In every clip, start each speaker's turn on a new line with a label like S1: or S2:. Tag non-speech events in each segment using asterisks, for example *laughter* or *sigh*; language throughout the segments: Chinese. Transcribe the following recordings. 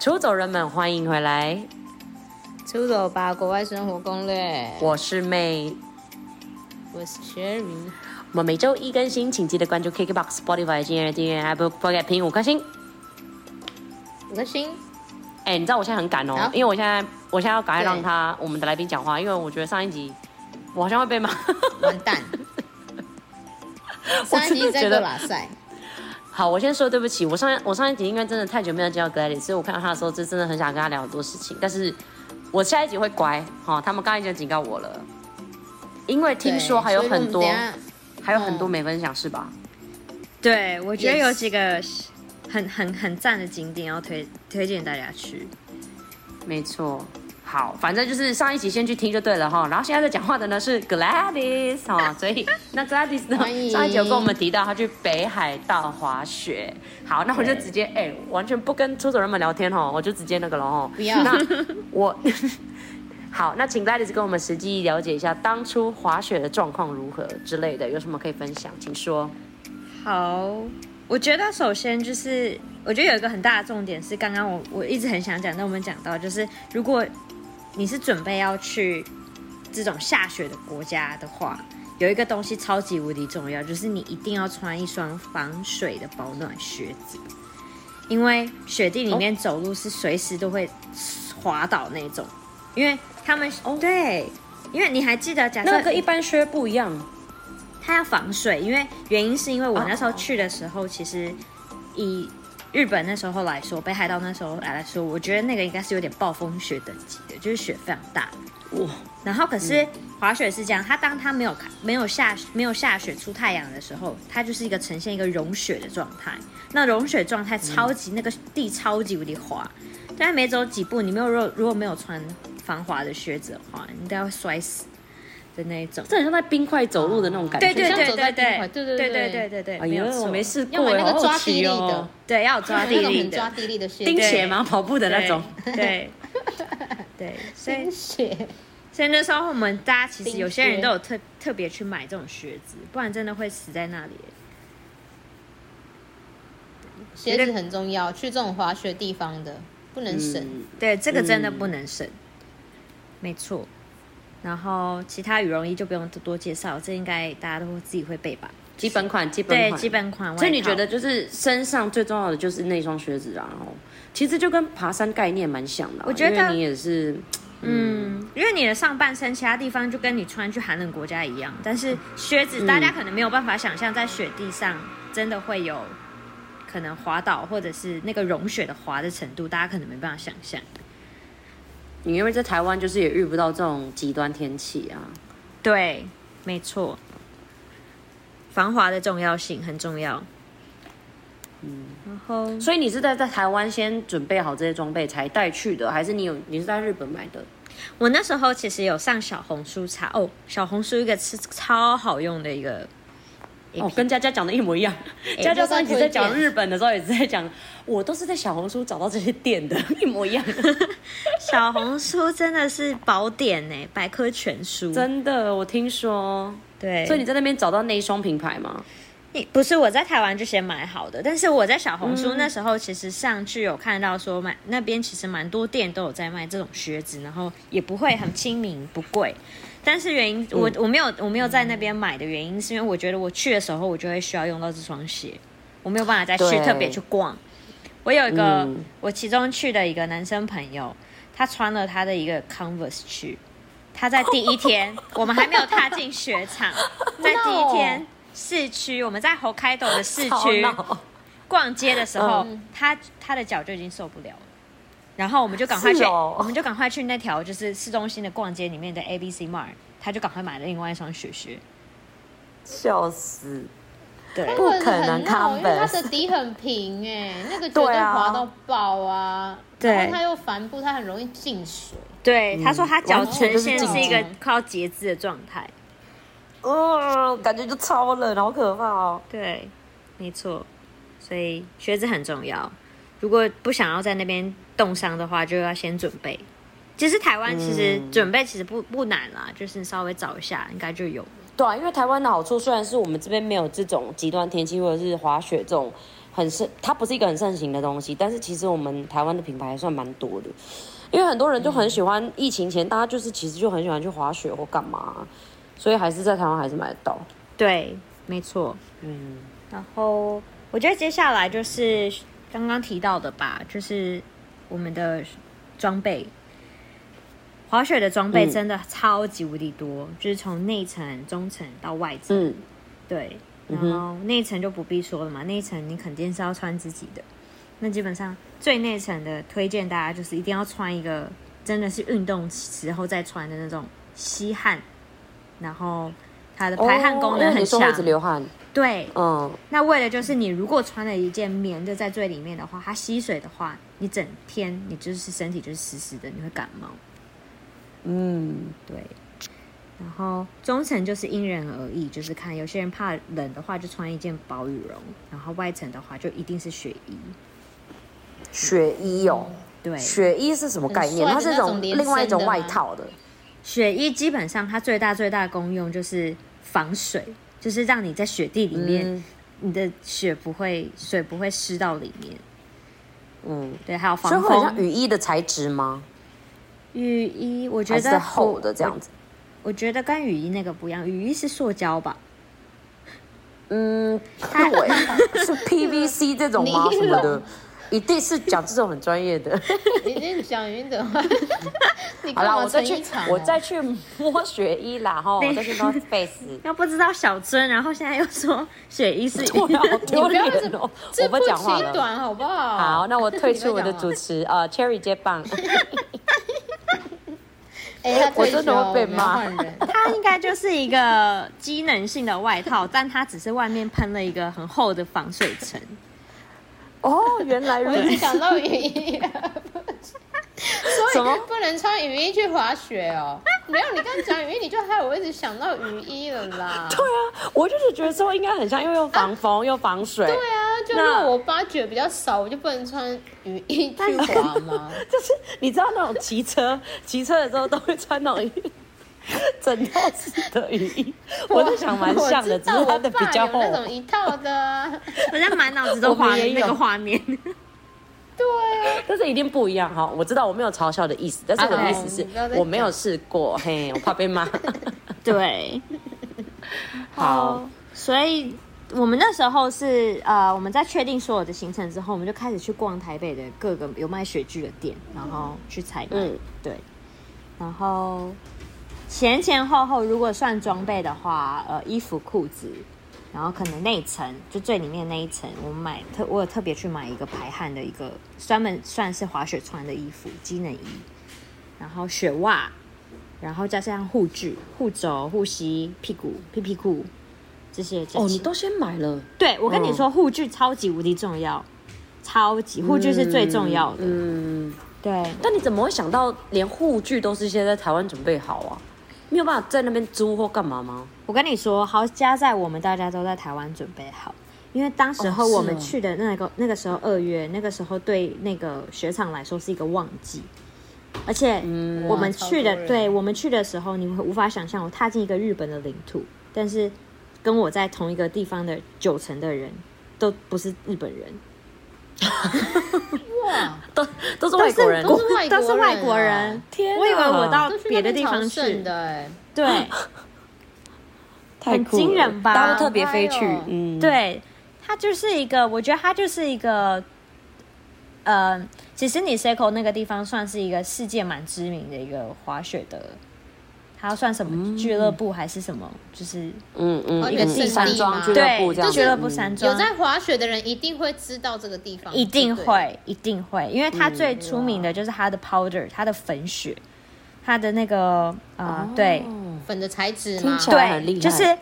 S1: 出走人们，欢迎回来，
S2: 出走吧，国外生活攻略。
S1: 我是妹。
S2: 我是 Sherry，
S1: 我们每周一更新，请记得关注 KKBOX、Spotify、今日订阅 Apple Podcast，评五颗星。
S2: 五颗星。
S1: 哎、你知道我现在很赶哦
S2: 好，
S1: 因为我现在我现在要赶快
S2: 对
S1: 让他我们的来宾讲话，因为我觉得上一集我好像会被骂。 *laughs*
S2: 完蛋。上一集在
S1: 觉
S2: 做
S1: 得
S2: 拉塞，
S1: 好，我先说对不起，我上我上一集因为真的太久没有见到 Gladys，所以我看到他的时候，就真的很想跟他聊很多事情。但是我下一集会乖，好、他们刚刚已经警告我了，因为听说还有
S2: 对所以
S1: 很
S2: 我
S1: 多
S2: 们等一下
S1: 还有很多
S2: 嗯
S1: 没分享是吧？
S3: 对，我觉得
S2: Yes
S3: 有几个很很很赞的景点要推推荐大家去。
S1: 没错。好，反正就是上一集先去听就对了哈，然后现在在讲话的呢是 Gladys 哈，所以那 Gladys 呢
S2: 欢迎
S1: 上一集有跟我们提到她去北海道滑雪，好，那我就直接哎、完全不跟出走人们聊天哈，我就直接那个了哈，
S2: 不要
S1: 那我 *laughs* 好，那请 Gladys 跟我们实际了解一下当初滑雪的状况如何之类的，有什么可以分享，请说。
S3: 好，我觉得首先就是，我觉得有一个很大的重点是，刚刚我我一直很想讲，但我们讲到就是，如果你是准备要去这种下雪的国家的话，有一个东西超级无敌重要，就是你一定要穿一双防水的保暖靴子，因为雪地里面走路是随时都会滑倒那种，因为他们、对，因为你还记得假设
S1: 那跟一般靴不一样，
S3: 它要防水，因为原因是因为我
S1: 哦
S3: 那时候去的时候，其实以日本那时候来说，北海道那时候来来说，我觉得那个应该是有点暴风雪等级的，就是雪非常大。
S1: 哇，
S3: 然后可是滑雪是这样，它当它没有开没有下没有下雪出太阳的时候，它就是一个呈现一个融雪的状态。那融雪状态超级、那个地超级无敌滑，但是每走几步，你没有如果如果没有穿防滑的靴子的话，你都要摔死的那一种。
S1: 这很像在冰块走路的那种感觉，
S3: 对对
S2: 像
S3: 对
S2: 走在
S3: 对
S2: 冰块
S3: 对
S2: 对对
S3: 对
S2: 对
S3: 对对对对，
S1: 哎
S3: 没
S1: 呦
S3: 有，错
S1: 我没试过，
S2: 要买那个
S1: 好好
S2: 抓地
S1: 奇
S2: 力
S1: 哦
S2: 的
S3: *laughs* 对要有抓地
S2: 那种
S3: 力
S2: 很抓
S3: 的
S2: 地力的鞋
S1: 钉
S2: 子，
S1: 鞋吗？跑步的那种。
S3: 对
S2: *laughs*
S3: 对对，所以
S2: 钉鞋，
S3: 所以那时候我们大家其
S2: 钉
S3: 实
S2: 靴
S3: 有些人都有特特别去买这种靴子，不然真的会死在那里。
S2: 鞋子很重要，去这种滑雪地方的不能省。
S1: 嗯
S3: 对，这个真的不能省，没错。然后其他羽绒衣就不用多多介绍，这应该大家都自己会背吧？
S1: 基本款，基本
S3: 对，
S1: 款，
S3: 基。本款。
S1: 所以
S3: 外
S1: 你
S3: 套
S1: 觉得就是身上最重要的就是那双靴子啊，然后其实就跟爬山概念蛮像的啊、
S3: 我觉得
S1: 因为你也是，
S3: 嗯，因为你的上半身其他地方就跟你穿去寒冷国家一样，但是靴子大家可能没有办法想象，在雪地上真的会有可能滑倒，或者是那个融雪的滑的程度，大家可能没办法想象。
S1: 你因为在台湾就是也遇不到这种极端天气啊。
S3: 对，没错，防滑的重要性很重要。嗯，然后
S1: 所以你是在在台湾先准备好这些装备才带去的，还是你有你是在日本买的？
S3: 我那时候其实有上小红书查哦，小红书一个是超好用的一个 APP，
S1: 哦，跟佳佳讲的一模一样。
S3: 哎
S1: 佳佳上一集在讲日本的时候也是在讲，我都是在小红书找到这些店的，一模
S3: *laughs*
S1: 一样，
S3: 小红书真的是宝典呢，百科全书。
S1: 真的，我听说。
S3: 对，
S1: 所以你在那边找到那一双品牌吗？
S3: 你不是我在台湾就先买好的，但是我在小红
S1: 嗯
S3: 书那时候其实上去有看到说买那边其实蛮多店都有在卖这种靴子，然后也不会很亲民，不贵。但是原因
S1: 嗯
S3: 我我没有我没有在那边买的原因是因为我觉得我去的时候我就会需要用到这双鞋，我没有办法再去
S1: 对
S3: 特别去逛。我有一个、
S1: 嗯
S3: 我其中去的一个男生朋友，他穿了他的一个 Converse 去，他在第一
S1: *laughs*
S3: 天，我们还没有踏进雪场，在第一天市区，我们在 Hokkaido 的 *laughs* 市区
S1: 超闹
S3: 逛街的时候
S2: 嗯，
S3: 他他的脚就已经受不了了。然后我们就赶快
S1: 是
S3: 去，
S1: 哦
S3: 我们就赶快去那条就是市中心的逛街里面的 A B C Mart，他就赶快买了另外一双雪靴。
S1: 笑死！
S3: 对，
S1: 不可能
S2: 很闹，因为
S1: Converse
S2: 它的底很平哎、 *laughs* 那个绝
S1: 对
S2: 对
S1: 啊
S2: 滑到爆啊！
S3: 对
S2: 然后它又帆布，它很容易进 *laughs* 水。
S3: 嗯对，他说他脚
S1: 完全
S3: 呈
S1: 就是
S3: 现嗯是一
S2: 竞
S3: 个
S2: 争
S3: 靠截肢的状态。
S1: 哦，感觉就超冷，好可怕哦！
S3: 对，没错，所以靴子很重要。如果不想要在那边冻伤的话，就要先准备。其实台湾其实
S1: 嗯
S3: 准备其实不不难啦，就是稍微找一下应该就有。
S1: 对啊，因为台湾的好处虽然是我们这边没有这种极端天气或者是滑雪这种很盛，它不是一个很盛行的东西，但是其实我们台湾的品牌还算蛮多的，因为很多人就很喜欢，疫情前大家就是其实就很喜欢去滑雪或干嘛，所以还是在台湾还是买得到。
S3: 对，没错。
S1: 嗯，
S3: 然后我觉得接下来就是刚刚提到的吧，就是我们的装备，滑雪的装备
S1: 嗯
S3: 真的超级无敌多，就是从内层、中层到外层。
S1: 嗯，
S3: 对，
S1: 嗯
S3: 然
S1: 哼
S3: 后内层就不必说了嘛，内层你肯定是要穿自己的。那基本上最内层的推荐大家就是一定要穿一个真的是运动时候再穿的那种吸汗，然后它的排汗功
S1: 哦因
S3: 能
S1: 为
S3: 很
S1: 你说
S3: 强。
S1: 会一直流汗，
S3: 对，
S1: 嗯，
S3: 那为了就是你如果穿了一件棉的在最里面的话，它吸水的话，你整天你就是身体就是湿湿的，你会感冒。
S1: 嗯，
S3: 对，然后中层就是因人而异，就是看有些人怕冷的话就穿一件薄羽绒，然后外层的话就一定是雪衣。
S1: 雪衣哦，
S3: 对，
S1: 雪衣是什么概念？它
S2: 嗯很
S1: 是
S2: 帅
S1: 一
S2: 的那
S1: 种
S2: 种连身
S1: 另外一种
S2: 的吗
S1: 外套的，
S3: 雪衣基本上它最大最大的功用就是防水，就是让你在雪地里面，
S1: 嗯
S3: 你的雪不会水不会湿到里面。
S1: 嗯，
S3: 对，还有
S1: 所以
S3: 防
S1: 会很像
S3: 风
S1: 雨衣的材质吗？
S3: 雨衣，我觉
S1: 还是
S3: 得
S1: 厚的这样子？
S3: 我觉得跟雨衣那个不一样，雨衣是塑胶吧？
S1: 嗯，对， *laughs* 是 PVC 这种
S2: *laughs*
S1: 吗？
S2: 尼
S1: 什
S2: 龙
S1: 么的，一定是讲这种很专业
S2: *laughs*
S1: 的。
S2: 你这讲云的话， *laughs* 你
S1: 好
S2: 干
S1: 啦，
S2: 嘛
S1: 我再
S2: 成
S1: 去
S2: 一场、啊？
S1: 我再去摸雪衣啦，哈，我再去摸 face。
S2: *laughs*
S3: 要不知道小尊，然后现在又说雪衣 *laughs* 是
S1: 我 *laughs* 好丢
S2: 不
S1: 脸
S2: 要这
S1: 哦！
S2: 这
S1: 我
S2: 不
S1: 不讲话
S2: 其
S1: 了。
S2: 短好不好？
S1: 好，
S2: *laughs*
S1: 那我退出我的主
S2: 主。
S1: 持，呃，Cherry 接棒。
S2: 哎、他退
S1: 我真的
S2: 休
S1: 会被
S2: 我们
S1: 骂
S2: 要换人。
S3: 它应该就是一个机能性的外套，但它只是外面喷了一个很厚的防水层。
S1: *laughs* 哦，原来如
S2: 我一
S1: 此。
S2: 直想到雨衣、
S1: 什
S2: 所以
S1: 么
S2: 不能穿雨衣去滑雪哦。没有，你刚刚讲雨衣，你就害我一直想到雨衣了啦。
S1: *laughs* 对啊，我就是觉得说应该很像，又又防风又防水。
S2: 对啊，就
S1: 那
S2: 如果我八九比较少，我就不能穿雨衣去滑吗？
S1: 就是你知道那种骑车，骑车的时候都会穿那种雨整套式的雨衣， *laughs* 我就想蛮像的，
S2: 我知
S1: 只
S2: 道
S1: 是它的比较厚
S2: 我。爸有那种一套的啊，
S3: 我现在满脑子都画
S1: 我们也有
S3: 那个画面，
S2: 对啊，
S1: 但是一定不一样哈。我知道我没有嘲笑的意思，但是啊我的意思
S2: 哎不要再
S1: 是
S2: 讲
S1: 我没有试过，嘿，我怕被 *laughs* 骂。
S3: *laughs* 对，
S1: 好，，
S3: 所以我们那时候是呃，我们在确定所有的行程之后，我们就开始去逛台北的各个有卖雪具的店，然后去采买。
S1: 嗯
S3: 对，然后前前后后如果算装备的话，呃，衣服、裤子，然后可能内层就最里面那一层，我买特我有特别去买一个排汗的一个专门算是滑雪穿的衣服，机能衣，然后雪袜，然后加上护具、护肘、护膝、屁股、屁屁裤这些加起来。
S1: 哦，你都先哦买了，
S3: 对我跟你说，护具超级无敌重要，超级护具是最重要的。
S1: 嗯，
S3: 对，
S1: 但你怎么会想到连护具都是先在台湾准备好啊？没有办法在那边租或干嘛吗？
S3: 我跟你说，好加在我们大家都在台湾准备好，因为当时候
S1: 哦是哦
S3: 我们去的那个、那个时候二月，那个时候对那个雪场来说是一个旺季，而且我们去
S2: 嗯哇超多
S3: 的，
S2: 人
S3: 对我们去的时候，你会无法想象，我踏进一个日本的领土，但是跟我在同一个地方的九成的人都不是日本人，
S2: 哇，
S1: 都都是外国人，
S2: 都是外国人啊
S3: 都是外国人。
S1: 天哪
S3: 我以为我到
S2: 都去那
S3: 别
S2: 边
S3: 的地方
S2: 朝圣
S3: 去，
S2: 的哎、
S3: 对。
S1: 太
S3: 很
S1: 酷了
S3: 惊人吧
S1: 大家都特别飞去
S2: 好嗨哦，
S1: 嗯，，
S3: 对，它就是一个，我觉得它就是一个，呃，其实你 Seiko 那个地方算是一个世界蛮知名的一个滑雪的，它算什么俱乐部还是什么？就是
S1: 嗯
S2: 哦
S1: 嗯，
S2: 你
S1: 一个
S2: 们
S1: 第
S2: 圣
S1: 三
S2: 地
S1: 庄
S2: 吗
S1: 俱乐部这样子，
S3: 对俱乐部
S1: 嗯
S3: 山庄
S2: 有在滑雪的人一定会知道这个地方，
S3: 一定
S2: 对不对。
S3: 会，一定会，因为它最出名的就是它的 powder，它的粉雪，它的那个呃，对
S1: 哦
S2: 粉的材质
S1: 听
S2: 嘛，
S1: 起来哇很厉害
S3: 对，就是。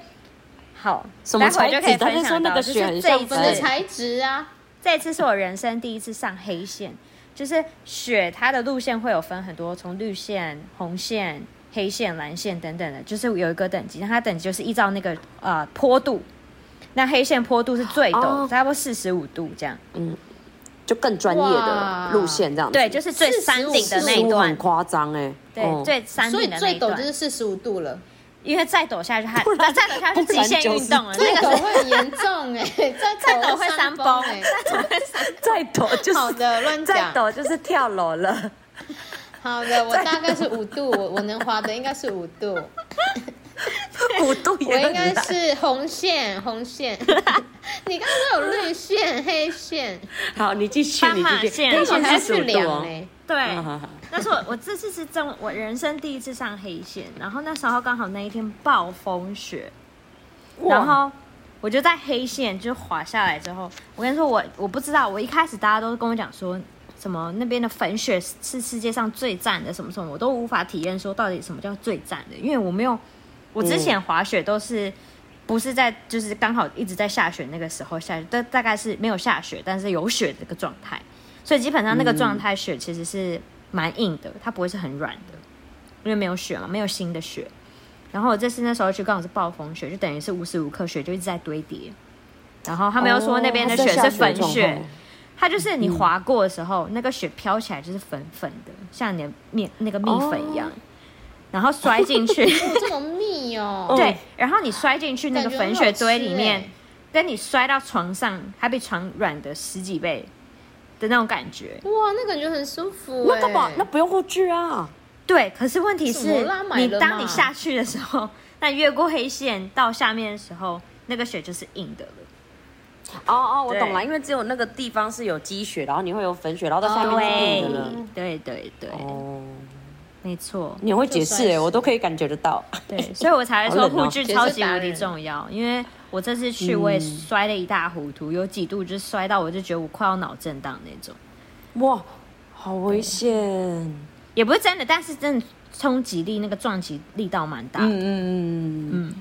S3: 好，
S1: 什么
S3: 待会儿就可
S1: 材
S3: 以
S1: 质他在
S3: 分
S1: 说
S3: 享
S1: 那
S3: 到，
S1: 个
S3: 就
S1: 雪很
S3: 是这
S1: 像
S3: 一次
S2: 粉的材质啊，
S3: 这次是我人生第一次上黑线， *laughs* 就是雪它的路线会有分很多，从绿线、红线、黑线、蓝线等等的，就是有一个等级，那它等级就是依照那个呃坡度。那黑线坡度是最陡，
S1: 哦
S3: 差不多四十五度这样。
S1: 就更专业的路线这样子。
S3: 对，就是最山顶的那一
S1: 似乎
S3: 段
S1: 很。夸张哎。
S3: 对，
S1: 嗯
S3: 最山
S2: 所以
S3: 顶的那一
S2: 最陡
S3: 段。
S2: 就是四十五度了。
S3: 因为再抖下去，它啊再抖下去
S4: 不
S3: 极
S4: 然
S3: 限运动了，
S4: 90
S3: 啊那
S2: 这
S3: 个
S2: 个会很严重
S3: *laughs*
S2: 哎、欸，
S3: 再
S2: 再
S3: 抖会
S2: 三
S3: 三崩，欸
S2: 哎、
S3: 再抖会三
S1: *laughs* 再抖就
S2: 好
S1: 是
S2: 的，乱
S1: 再
S2: 讲。
S1: 抖就是跳楼了。
S2: 好的，我大概是五度，我我能滑的应该是五度，
S3: *laughs*
S1: 五度
S2: 我
S1: 也
S2: 应
S1: 很
S2: 该
S1: 难。
S2: 是红线，
S3: *laughs*
S2: 红线。你刚刚有绿线、
S3: *laughs*
S2: 黑线，
S1: 好，你继续，
S3: 斑
S1: 你
S3: 马
S1: 继续。
S3: 线
S1: 黑
S2: 我
S1: 线
S2: 还要
S1: 是十
S2: 去
S1: 五度
S2: 量
S1: 哦
S2: 嘞、。
S3: *laughs* 欸对
S1: 好好好，
S3: 那是我我这次是真我人生第一次上黑线，然后那时候刚好那一天暴风雪，然后我就在黑线就滑下来之后，我跟你说我我不知道，我一开始大家都跟我讲说什么那边的粉雪是世界上最赞的什么什么，我都无法体验说到底什么叫最赞的，因为我没有我之前滑雪都是。不是在，就是刚好一直在下雪那个时候下雪，大大概是没有下雪，但是有雪这个状态，所以基本上那个状
S1: 嗯
S3: 态雪其实是蛮硬的，它不会是很软的，因为没有雪嘛，没有新的雪。然后我这次那时候去刚好是暴风雪，就等于是无时无刻雪就一直在堆叠。然后他们又说那边的
S1: 哦
S3: 雪
S1: 它是在下
S3: 是
S1: 雪
S3: 粉
S1: 的状
S3: 雪
S1: 况，嗯
S3: 它就是你滑过的时候，那个雪飘起来就是粉粉的，像你的面那个蜜粉一样。
S1: 哦
S3: 然后摔进
S1: *laughs*
S3: 去，
S2: 哦这么密哦、
S3: 对，然后你摔进去那
S2: 感
S3: 个
S2: 觉很
S3: 粉
S2: 好
S3: 雪堆里
S2: 吃
S3: 面
S2: 欸，
S3: 跟你摔到床上还比床软的十几倍的那种感觉。
S2: 哇，那感觉很舒服、欸。
S1: 那干嘛？那不用护具啊。
S3: 对，可是问题
S2: 什么
S3: 是
S2: 啦，买
S3: 你
S2: 了
S3: 当你
S2: 嘛
S3: 下去的时候， *laughs* 那越过黑线到下面的时候，那个雪就是硬的了。
S1: 哦哦，我懂了，
S3: 对
S1: 因为只有那个地方是有积雪，然后你会有粉雪，然后到下面是
S3: 对
S1: 硬的了。
S3: 对对对，
S1: 哦，
S3: 没错，
S1: 你很会解释
S2: 就算
S1: 哎，
S2: 是
S1: 我都可以感觉得到。
S3: 对，所以我才会
S1: 好
S3: 说
S1: 冷哦
S3: 护具
S2: 解释
S3: 超级
S2: 达
S3: 无敌
S2: 人
S3: 重要，因为我这次去我也摔了一大糊涂，有几度就是摔到我就觉得我快要脑震荡那种。
S1: 哇，好危险！嗯
S3: 也不是真的，但是真的冲击力那个撞击力道蛮大。
S1: 嗯嗯嗯。
S3: 嗯，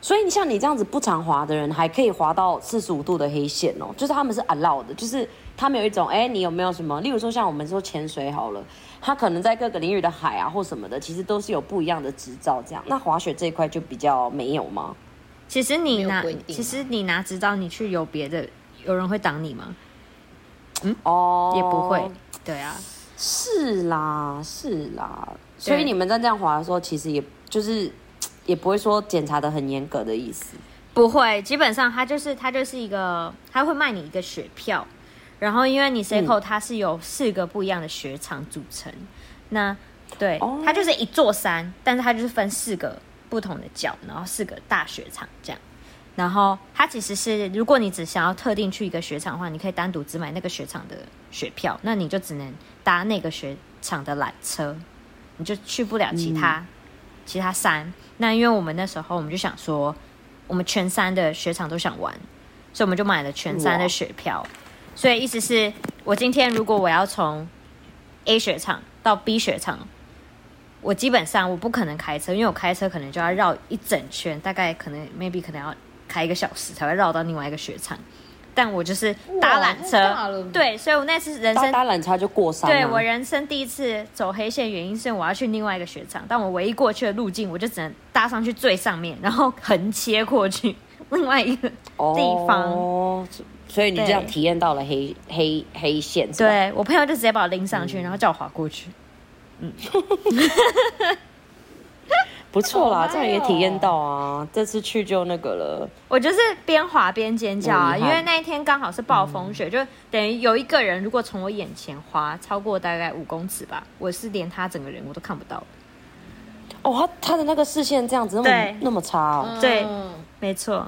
S1: 所以你像你这样子不常滑的人，还可以滑到四十五度的黑线哦，就是他们是 allow 的，就是他们有一种哎，你有没有什么？例如说像我们说潜水好了，它可能在各个领域的海啊或什么的，其实都是有不一样的执照这样。那滑雪这一块就比较没有吗？
S3: 其实你拿
S2: 没有规，定啊
S3: 其实你拿执照，你去游别的，有人会挡你吗？
S1: 哦，
S3: 也不会。对啊，
S1: 是啦，是啦，
S3: 对
S1: 所以你们在这样滑的时候，其实也就是也不会说检查的很严格的意思。
S3: 不会，基本上它就是它就是一个，它会卖你一个雪票，然后因为你 Seiko 它是由四个不一样的雪场组成，那对
S1: 哦，
S3: 它就是一座山，但是它就是分四个不同的角，然后四个大雪场这样。然后它其实是，如果你只想要特定去一个雪场的话，你可以单独只买那个雪场的雪票，那你就只能搭那个雪场的缆车，你就去不了其他、其他山。那因为我们那时候我们就想说，我们全山的雪场都想玩，所以我们就买了全山的雪票。所以意思是我今天如果我要从 A 雪场到 B 雪场，我基本上我不可能开车，因为我开车可能就要绕一整圈，大概可能 maybe 可能要开一个小时才会绕到另外一个雪场。但我就是搭
S2: 哇
S3: 缆
S2: 太大了
S3: 车，对，所以我那次人
S1: 搭
S3: 生
S1: 搭缆车就过山、啊，
S3: 对我人生第一次走黑线，原因是我要去另外一个雪场，但我唯一过去的路径，我就只能搭上去最上面，然后横切过去 *laughs* 另外一个地方。
S1: 哦，所以你
S3: 对
S1: 这样体验到了黑黑黑线，是吧，
S3: 对我朋友就直接把我拎上去，
S2: 嗯
S3: 然后叫我滑过去。
S1: 不错啦，
S2: 好嗨哦
S1: 这样也体验到啊。这次去就那个了，
S3: 我就是边滑边尖叫啊，
S2: 哦
S1: 嗯
S3: 因为那一天刚好是暴风雪，就等于有一个人如果从我眼前滑超过大概五公尺吧，我是连他整个人我都看不到。
S1: 哦，他他的那个视线这样子那
S3: 对
S1: 么那么差哦，
S2: 嗯
S3: 对没错，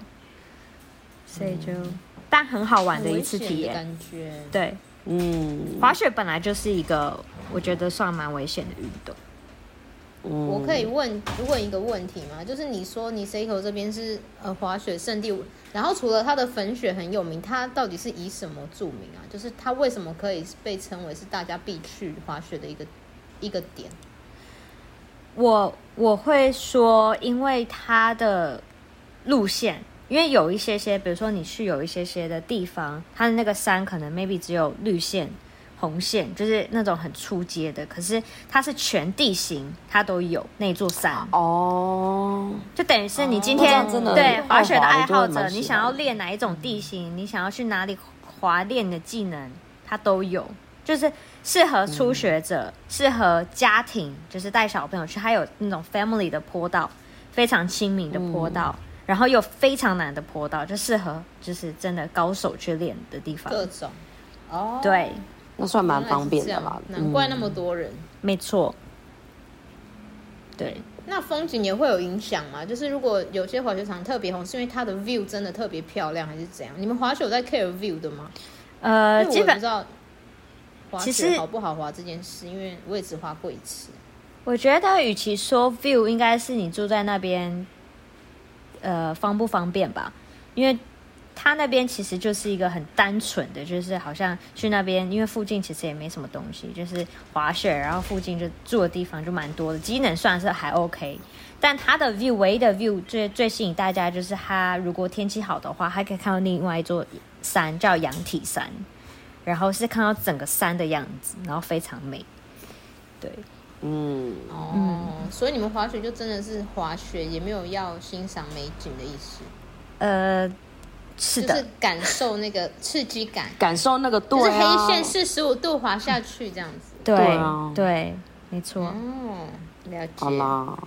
S3: 所以就、但很好玩的一次体
S2: 嗯很
S3: 验。
S2: 危险的感觉。
S3: 对，
S1: 嗯
S3: 滑雪本来就是一个我觉得算蛮危险的运动。
S1: 嗯，
S2: 我可以问问一个问题吗？就是你说你 Seiko 这边是呃滑雪圣地，然后除了它的粉雪很有名，它到底是以什么著名啊？就是它为什么可以被称为是大家必去滑雪的一个一个点？
S3: 我我会说，因为它的路线，因为有一些些，比如说你去有一些些的地方，它的那个山可能 maybe 只有绿线、红线，就是那种很出街的，可是它是全地形，它都有那座山，
S1: 哦，
S3: 就等于是你今
S1: 那这
S3: 天、
S1: 样真的
S3: 对
S1: 很
S3: 滑雪的
S1: 好滑
S3: 爱
S1: 我就会蛮
S3: 好
S1: 喜
S3: 者，
S1: 欢的
S3: 你想要练哪一种地形，你想要去哪里滑练的技能，它都有，就是适合初
S1: 嗯
S3: 学者，适合家庭，就是带小朋友去，还有那种 family 的坡道非常亲民的坡道，
S1: 嗯
S3: 然后又非常难的坡道，就适合就是真的高手去练的地方。
S2: 各种哦，，
S3: 对，
S1: 那算啊蛮方便的嗯啦。
S2: 难怪那么多人。
S3: 没错，对，
S2: 那风景也会有影响吗？就是如果有些滑雪场特别红，是因为它的 view 真的特别漂亮，还是怎样？你们滑雪有在 care view 的吗？
S3: 呃，
S2: 因为我
S3: 基
S2: 也不
S3: 本
S2: 知道滑
S3: 其
S2: 雪
S3: 实
S2: 好不好滑这件事，因为我也只滑过一次。
S3: 我觉得，与其说 view，应该是你住在那边，呃，方不方便吧？因为它那边其实就是一个很单纯的，就是好像去那边，因为附近其实也没什么东西，就是滑雪，然后附近就住的地方就蛮多的，机能算是还 OK。但它的 view 唯一的 view 最最吸引大家就是它，如果天气好的话，还可以看到另外一座山叫羊体山，然后是看到整个山的样子，然后非常美。对，
S1: 嗯，
S2: 哦、所以你们滑雪就真的是滑雪，也没有要欣赏美景的意思，
S3: 呃，是的，
S2: 就是感受那个刺激感，
S1: 感受那个对
S2: 就是
S1: 啊，
S2: 黑线四十五度滑下去这样子。
S3: 对
S1: 对啊
S3: 对没错。
S2: 哦，了解。
S1: 好啦，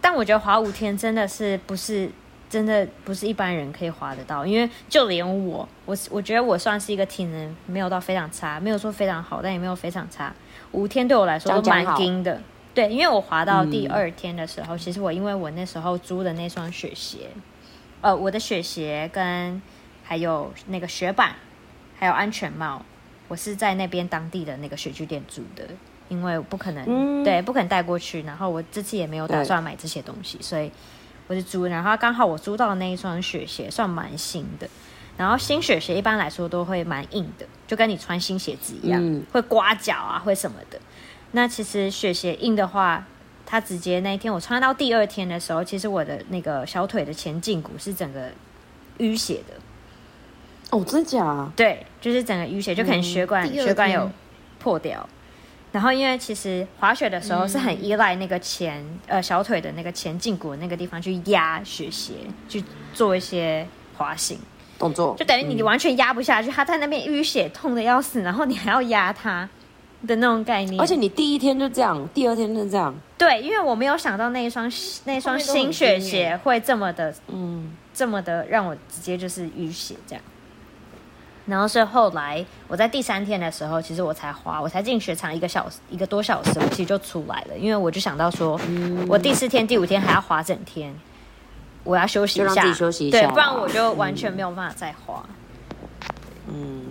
S3: 但我觉得滑五天真的是不是真的不是一般人可以滑得到，因为就连我，我我觉得我算是一个体能没有到非常差，没有说非常好，但也没有非常差。五天对我来说
S1: 讲
S3: 都
S1: 讲
S3: 蛮
S1: 好
S3: 硬的。对，因为我滑到第
S1: 嗯
S3: 二天的时候，其实我因为我那时候租的那双雪鞋，呃，我的雪鞋跟还有那个雪板，还有安全帽，我是在那边当地的那个雪具店租的，因为我不可能、
S1: 嗯
S3: 对不可能带过去，然后我这次也没有打
S1: 对
S3: 算买这些东西，所以我就租，然后刚好我租到的那一双雪鞋算蛮新的。然后新雪鞋一般来说都会蛮硬的，就跟你穿新鞋子一样，
S1: 嗯
S3: 会刮脚啊，会什么的。那其实雪鞋硬的话，它直接那一天我穿到第二天的时候，其实我的那个小腿的前胫骨是整个淤血的，
S1: 哦，真的假？
S3: 对，就是整个淤血，就可能血管、
S2: 嗯第二
S3: 血管有
S2: 天
S3: 破掉。然后因为其实滑雪的时候是很依赖那个前、
S2: 嗯
S3: 呃小腿的那个前胫骨那个地方去压雪鞋，去做一些滑行，
S1: 动作
S3: 就等于你完全压不下去，它在那边淤血痛的要死，然后你还要压它的那种概念。
S1: 而且你第一天就这样，第二天就这样，
S3: 对，因为我没有想到那一双那一双
S2: 后面都很
S3: 新雪
S2: 冰耶
S3: 鞋会这么的
S1: 嗯，
S3: 这么的让我直接就是淤血这样。然后是后来我在第三天的时候，其实我才滑，我才进雪场一个小时一个多小时，我其实就出来了，因为我就想到说，
S1: 嗯
S3: 我第四天、第五天还要滑整天，我要休息一
S1: 就
S3: 下，
S1: 让自己休息一下
S3: 对，不然
S1: 吧
S3: 我就完全没有办法再滑。
S1: 嗯，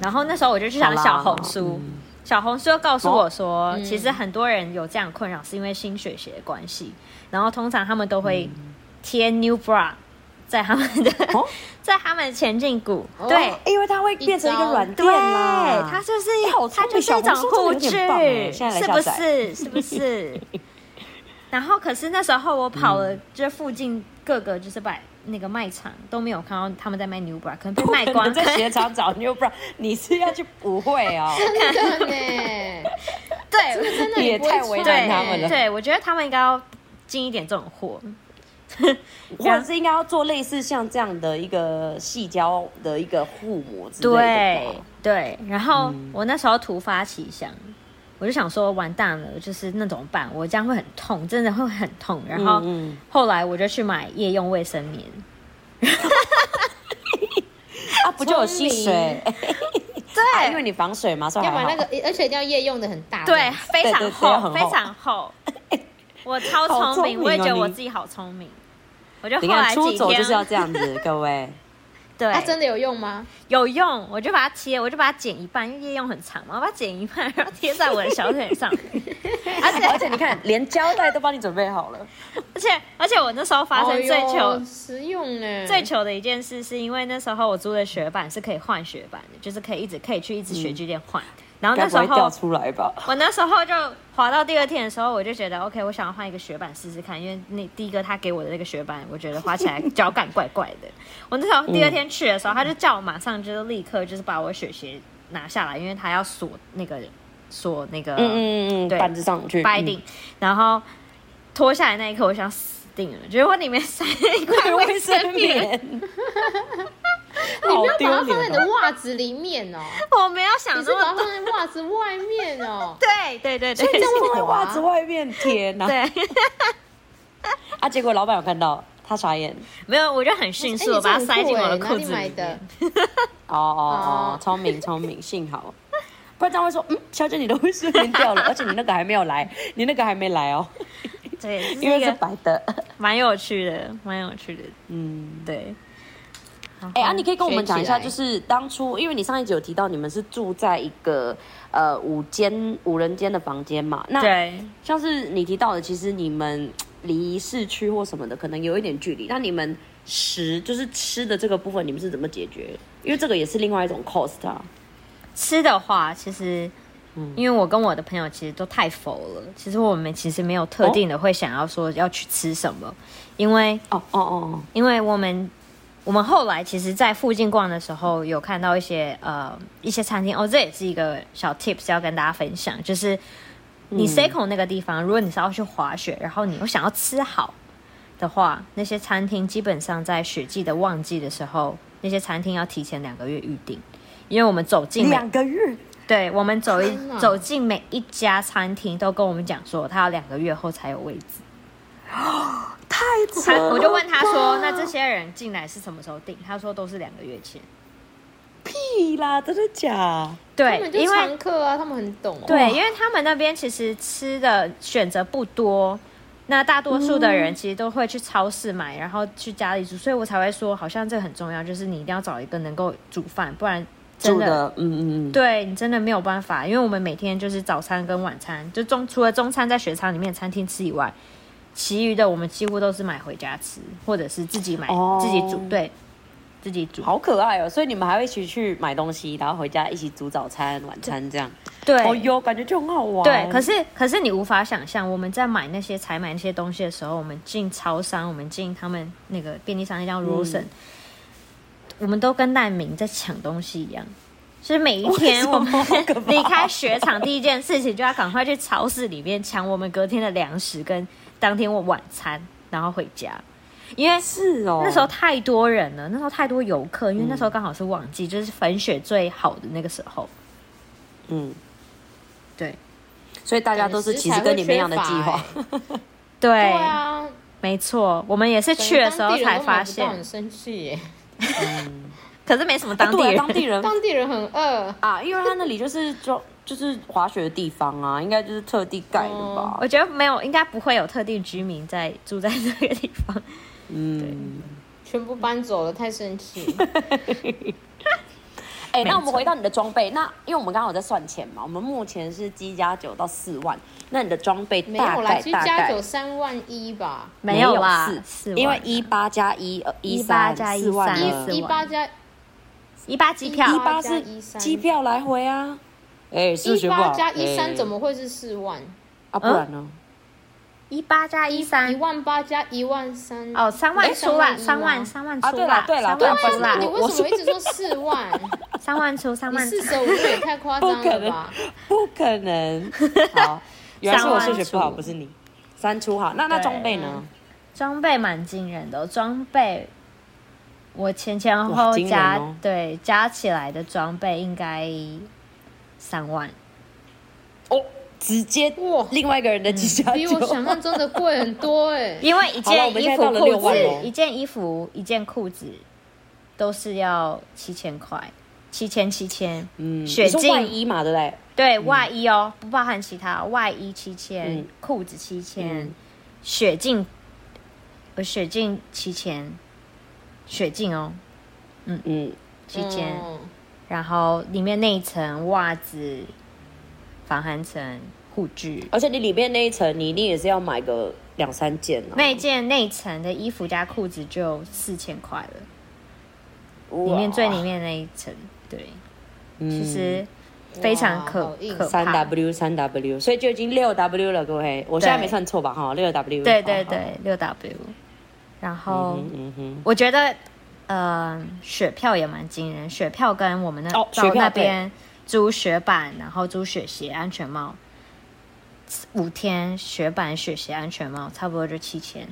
S3: 然后那时候我就去
S1: 好
S3: 想
S1: 啦嗯哦
S3: 小红书，小红书又告诉我说，
S2: 嗯
S3: 其实很多人有这样困扰是因为新雪鞋的关系，然后通常他们都会贴 new bra 在他们的、
S1: 嗯哦
S3: *laughs* 在他们的前胫骨，
S2: 哦
S3: 对。
S1: 因为它会变成一个软垫啦，
S3: 它就是
S1: 哎好聪
S3: 它
S1: 明
S3: 就是一种
S1: 小
S3: 护
S1: 红书真的有
S3: 具，
S1: 点棒哎现在来
S3: 是
S1: 下
S3: 不
S1: 载
S3: 是？是
S1: *laughs*
S3: 不是？然后可是那时候我跑了，这附近各个就是百那个卖场都没有看到他们在卖 new bra，可能被卖
S1: 可
S3: 光，
S1: 能在
S3: 可能
S1: 鞋厂找 New Bra，你是要去不会哦，
S2: 真的
S1: *laughs*
S2: 呢，
S3: 对，
S2: 真的
S1: 也
S2: 你不会欸
S1: 太为难
S3: 对
S2: 穿
S1: 他们了
S3: 对，我觉得他们应该要进一点这种货。
S1: 或者是应该要做类似像这样的一个细胶的一个护膜之类的吧嗯
S3: 对对，然后我那时候突发奇想，我就想说完蛋了，就是那怎么办？我这样会很痛，真的会很痛。然后
S1: 嗯嗯
S3: 后来我就去买夜用卫生棉，
S1: 啊，不就有吸
S2: 聪
S1: 水
S2: 明？
S1: 啊因
S3: 对
S1: 为你防水嘛，所以
S2: 要
S1: 还
S2: 把
S1: 好
S2: 那个，而且一定要夜用的很大。
S3: 对，非
S1: 对对
S3: 常
S1: 对很
S3: 厚，
S1: 厚
S3: 非常厚。我超
S1: 好
S3: 聪
S1: 聪
S3: 我也
S1: 明哦
S3: 觉得我
S1: 你
S3: 自己好聪明。我就
S1: 你
S3: 后来
S1: 看出
S3: 几
S1: 走就是要
S3: 天，
S1: 这样子，各位。
S3: 对
S2: 它、，啊真的有用吗？
S3: 有用，我就把它贴，我就把它剪一半，因为夜用很长嘛，我把它剪一
S1: *laughs*
S3: 半，然后贴在我的小腿上。而且
S1: 哎而且你看，连胶带都帮你准备好了。
S3: 而且而且我那时候发生
S2: 哎呦
S3: 最糗、
S2: 实用呢，
S3: 最糗的一件事，是因为那时候我租的雪板是可以换雪板的，就是可以一直可以去一直雪具店换。然后
S1: 嗯该
S3: 啊那
S1: 不
S3: 时
S1: 会掉
S3: 候
S1: 出来吧？
S3: *laughs* 我那时候就滑到第二天的时候，我就觉得 OK，我想要换一个雪板试试看，因为那第一个他给我的那个雪板，我觉得滑起来脚感怪怪的。 *laughs* 我那时候第二天去的时候，他就叫我马上就是立刻就是把我雪鞋拿下来，因为他要锁那个锁那个
S1: 嗯嗯嗯，
S3: 对
S1: 板子上去，
S3: 掰定，然后脱下来那一刻，我想死定了，结果里面塞了一块
S1: 嗯
S3: 卫
S1: 卫
S3: 生
S1: 生
S2: *laughs*
S3: 棉，
S1: 棉。
S2: 你不要
S1: 好丢
S2: 把它放在
S1: 脸
S2: 你的
S1: 哦！
S2: 袜子里面哦，
S3: 我没有想
S2: 你
S3: 这
S2: 是把
S3: 么多
S2: 它放。在袜子外面哦
S3: *laughs* 。对对对对
S1: 哎这样
S2: 样
S1: 放
S2: 会
S1: 在
S2: 滑
S1: 啊
S2: *laughs*
S1: 袜子外面贴，然后
S3: 对，
S1: 啊，啊，结果老板有看到，他傻眼。
S3: 没有，我就很迅速，
S2: 哎
S3: 我
S2: 你这
S3: 把它
S2: 很
S3: 塞进
S2: 酷
S3: 我
S2: 哎
S3: 的
S2: 哪
S3: 裤
S2: 里
S3: 子
S2: 买
S3: 里
S2: 的
S3: 面。
S1: 哦哦哦
S2: 哦，
S1: 聪明聪明，幸好，不然这样会说，嗯，小姐你的卫生棉掉 *laughs* 了，而且你那个还没有来，你那个还没来哦，
S3: 对，
S1: 因为
S3: 这
S1: 是
S3: 个
S1: 白的。
S3: 蛮有趣的，蛮有趣的，
S1: 嗯，
S3: 对。
S1: 哎、啊，你可以跟我们讲一下，
S2: 学起
S1: 就
S2: 来
S1: 是当初，因为你上一集有提到你们是住在一个呃五间五人间的房间嘛，那
S3: 对，
S1: 像是你提到的，其实你们离市区或什么的可能有一点距离，那你们食就是吃的这个部分，你们是怎么解决？因为这个也是另外一种 cost 啊。
S3: 吃的话，其实，
S1: 嗯
S3: 因为我跟我的朋友其实都太佛了，其实我们其实没有特定的会想要说要去吃什么，因为
S1: 哦哦哦，
S3: 因为我们我们后来其实，在附近逛的时候，有看到一些呃一些餐厅哦，这也是一个小 tips 要跟大家分享，就是
S2: 嗯
S3: 你 Seiko 那个地方，如果你是要去滑雪，然后你又想要吃好的话，那些餐厅基本上在雪季的旺季的时候，那些餐厅要提前两个月预定，因为我们走进每
S1: 两个月，
S3: 对我们走一
S2: 哎天哪
S3: 走进每一家餐厅，都跟我们讲说，他要两个月后才有位置。
S1: 太扯
S3: 他
S1: 了
S3: 我就问他说
S1: 吧：“
S3: 那这些人进来是什么时候订？”他说：“都是两个月前。
S1: 屁啦，真的假？”
S2: 他
S3: 对
S2: 们，就是
S3: 因为
S2: 常客啊，他们很懂。
S3: 对，因为他们那边其实吃的选择不多，那大多数的
S2: 嗯
S3: 人其实都会去超市买，然后去家里煮，所以我才会说，好像这很重要，就是你一定要找一个能够煮饭，不然真
S1: 住
S3: 的
S1: 的，嗯嗯嗯，
S3: 对你真的没有办法，因为我们每天就是早餐跟晚餐，就中除了中餐在雪场里面的餐厅吃以外，其余的我们几乎都是买回家吃，或者是自己买、
S1: 哦
S3: 自己煮，对，自己煮。
S1: 好可爱哦！所以你们还会一起去买东西，然后回家一起煮早餐、晚餐这样。
S3: 对，
S1: 哦哟，感觉就很好玩。
S3: 对，可是可是你无法想象，我们在买那些采买那些东西的时候，我们进超商，我们进他们那个便利商店叫
S1: 嗯
S3: Rosen，、我们都跟难民在抢东西一样。就是每
S1: *laughs*
S3: 一
S1: 为
S3: 天
S1: 什么
S3: 我们
S1: 好可怕
S3: *laughs* 离开雪场第一件事情，就要赶快去超市里面抢我们隔天的粮食跟当天我晚餐，然后回家。因为
S1: 是哦，
S3: 那时候太多人了，那时候太多游客，因为那时候刚好是旺季，就是粉雪最好的那个时候。
S1: 嗯，
S3: 对
S1: 所以大家都是其实跟你们一样的计划。
S3: 对
S2: 对啊，
S3: 没错，我们也是去的时候才发
S2: 当地人都买不到很
S3: 现，
S2: 生气耶，
S3: 可是没什么
S1: 啊
S3: *laughs* 当地
S1: 对啊
S3: 人。
S1: 当地人
S2: 当地人很饿。
S1: 啊，因为他那里就是就就是滑雪的地方啊，应该就是特地盖的吧？
S3: *laughs* 我觉得没有，应该不会有特定居民在住在这个地方。
S1: 嗯，
S2: 全部搬走了，太生气。
S3: *laughs*
S1: 哎、
S3: 没
S1: 那我们
S3: 错
S1: 回到你的装备，那因为我们刚好在算钱嘛，我们目前是积加九到四万，那你的装备
S2: 没
S1: 大
S2: 有啦，
S1: 概
S2: 其实
S1: 大
S2: 加
S1: 概
S2: 九三万一吧，
S3: 没有啦
S1: 四，
S3: 四万
S1: 因为一八加一呃一
S3: 18
S1: 三
S3: 加
S1: 四万
S3: 13
S1: 了
S3: 嗯四
S2: 一
S3: 万
S2: 一八加
S3: 一八机票
S1: 一
S2: 18
S1: 八
S2: 加
S1: 是
S2: 13
S1: 机票来回啊。哎、数
S2: 一
S1: 学不好
S2: 八加一
S1: 哎
S2: 三怎么会是四万？
S1: 啊？不然
S2: 嗯
S1: 呢？
S3: 一八加一
S2: 一
S3: 三
S2: 万八加一万三
S3: 哦，三万出啦，三万
S2: 三
S3: 三万
S1: 啊
S3: 出啦，
S1: 对啦
S3: 三
S1: 对啦
S3: 万
S1: 不好意
S3: 出
S1: 思
S3: 啦
S2: 万一吗。你，
S1: 我
S2: 为什么一直说四
S3: *laughs*
S2: 万？
S3: 三万出三
S2: 你
S3: 万出
S2: 四。舍五入也太夸张了吧？
S1: 不可
S2: *laughs*
S1: 能。好，原来是我数学不好，
S3: 三万出
S1: 不是你。三出好，那那
S3: 对
S1: 装备呢？
S3: 装备蛮惊人的哦、装备我前前后
S1: 哇
S3: 后
S1: 惊人
S3: 加、
S1: 哦
S3: 对加起来的装备应该三万。
S1: 哦，直接
S2: 啊哇
S1: 另外一个人的计价
S2: 比我想
S1: 就
S2: 象中的贵很多哎、
S3: *laughs* 因为一
S1: 好了我
S3: 件
S1: 们
S3: 衣
S1: 现在
S3: 服、
S1: 到了
S3: 裤
S1: 6万
S3: 子
S1: 咯，
S3: 一件衣服、一件裤子都是要七千块，七千七千。
S1: 嗯，
S3: 雪
S1: 你说
S3: 镜
S1: 外衣嘛，对不对？
S3: 对外衣哦，不包含其他，外衣七千
S1: 嗯，
S3: 裤子七千
S1: 嗯，
S3: 雪镜，我雪镜七千，雪镜哦
S1: 嗯，
S3: 七千，
S2: 嗯
S3: 然后里面那一层袜子、防寒层、护具。
S1: 而且你里面那一层，你一定也是要买个两三件啊。
S3: 那一件内层的衣服加裤子就四千块了，
S1: 里
S3: 里面最里面那一层，对，其实非常可
S2: 哇好硬
S3: 可
S1: 嗯三
S3: 怕。
S1: W 三 W，所以就已经六 W 了，各位，我现在没算错吧？哈，六 W。
S3: 对对
S1: 哦好，好
S3: 对，六 W。然
S1: 好
S3: 后
S1: 嗯哼嗯哼。
S3: 我觉得，呃，雪票也蛮惊人，雪票跟我们那
S1: 哦雪
S3: 到
S1: 票
S3: 那边租雪板，然后租雪鞋、安全帽，五天雪板、雪鞋、安全帽，差不多就七千。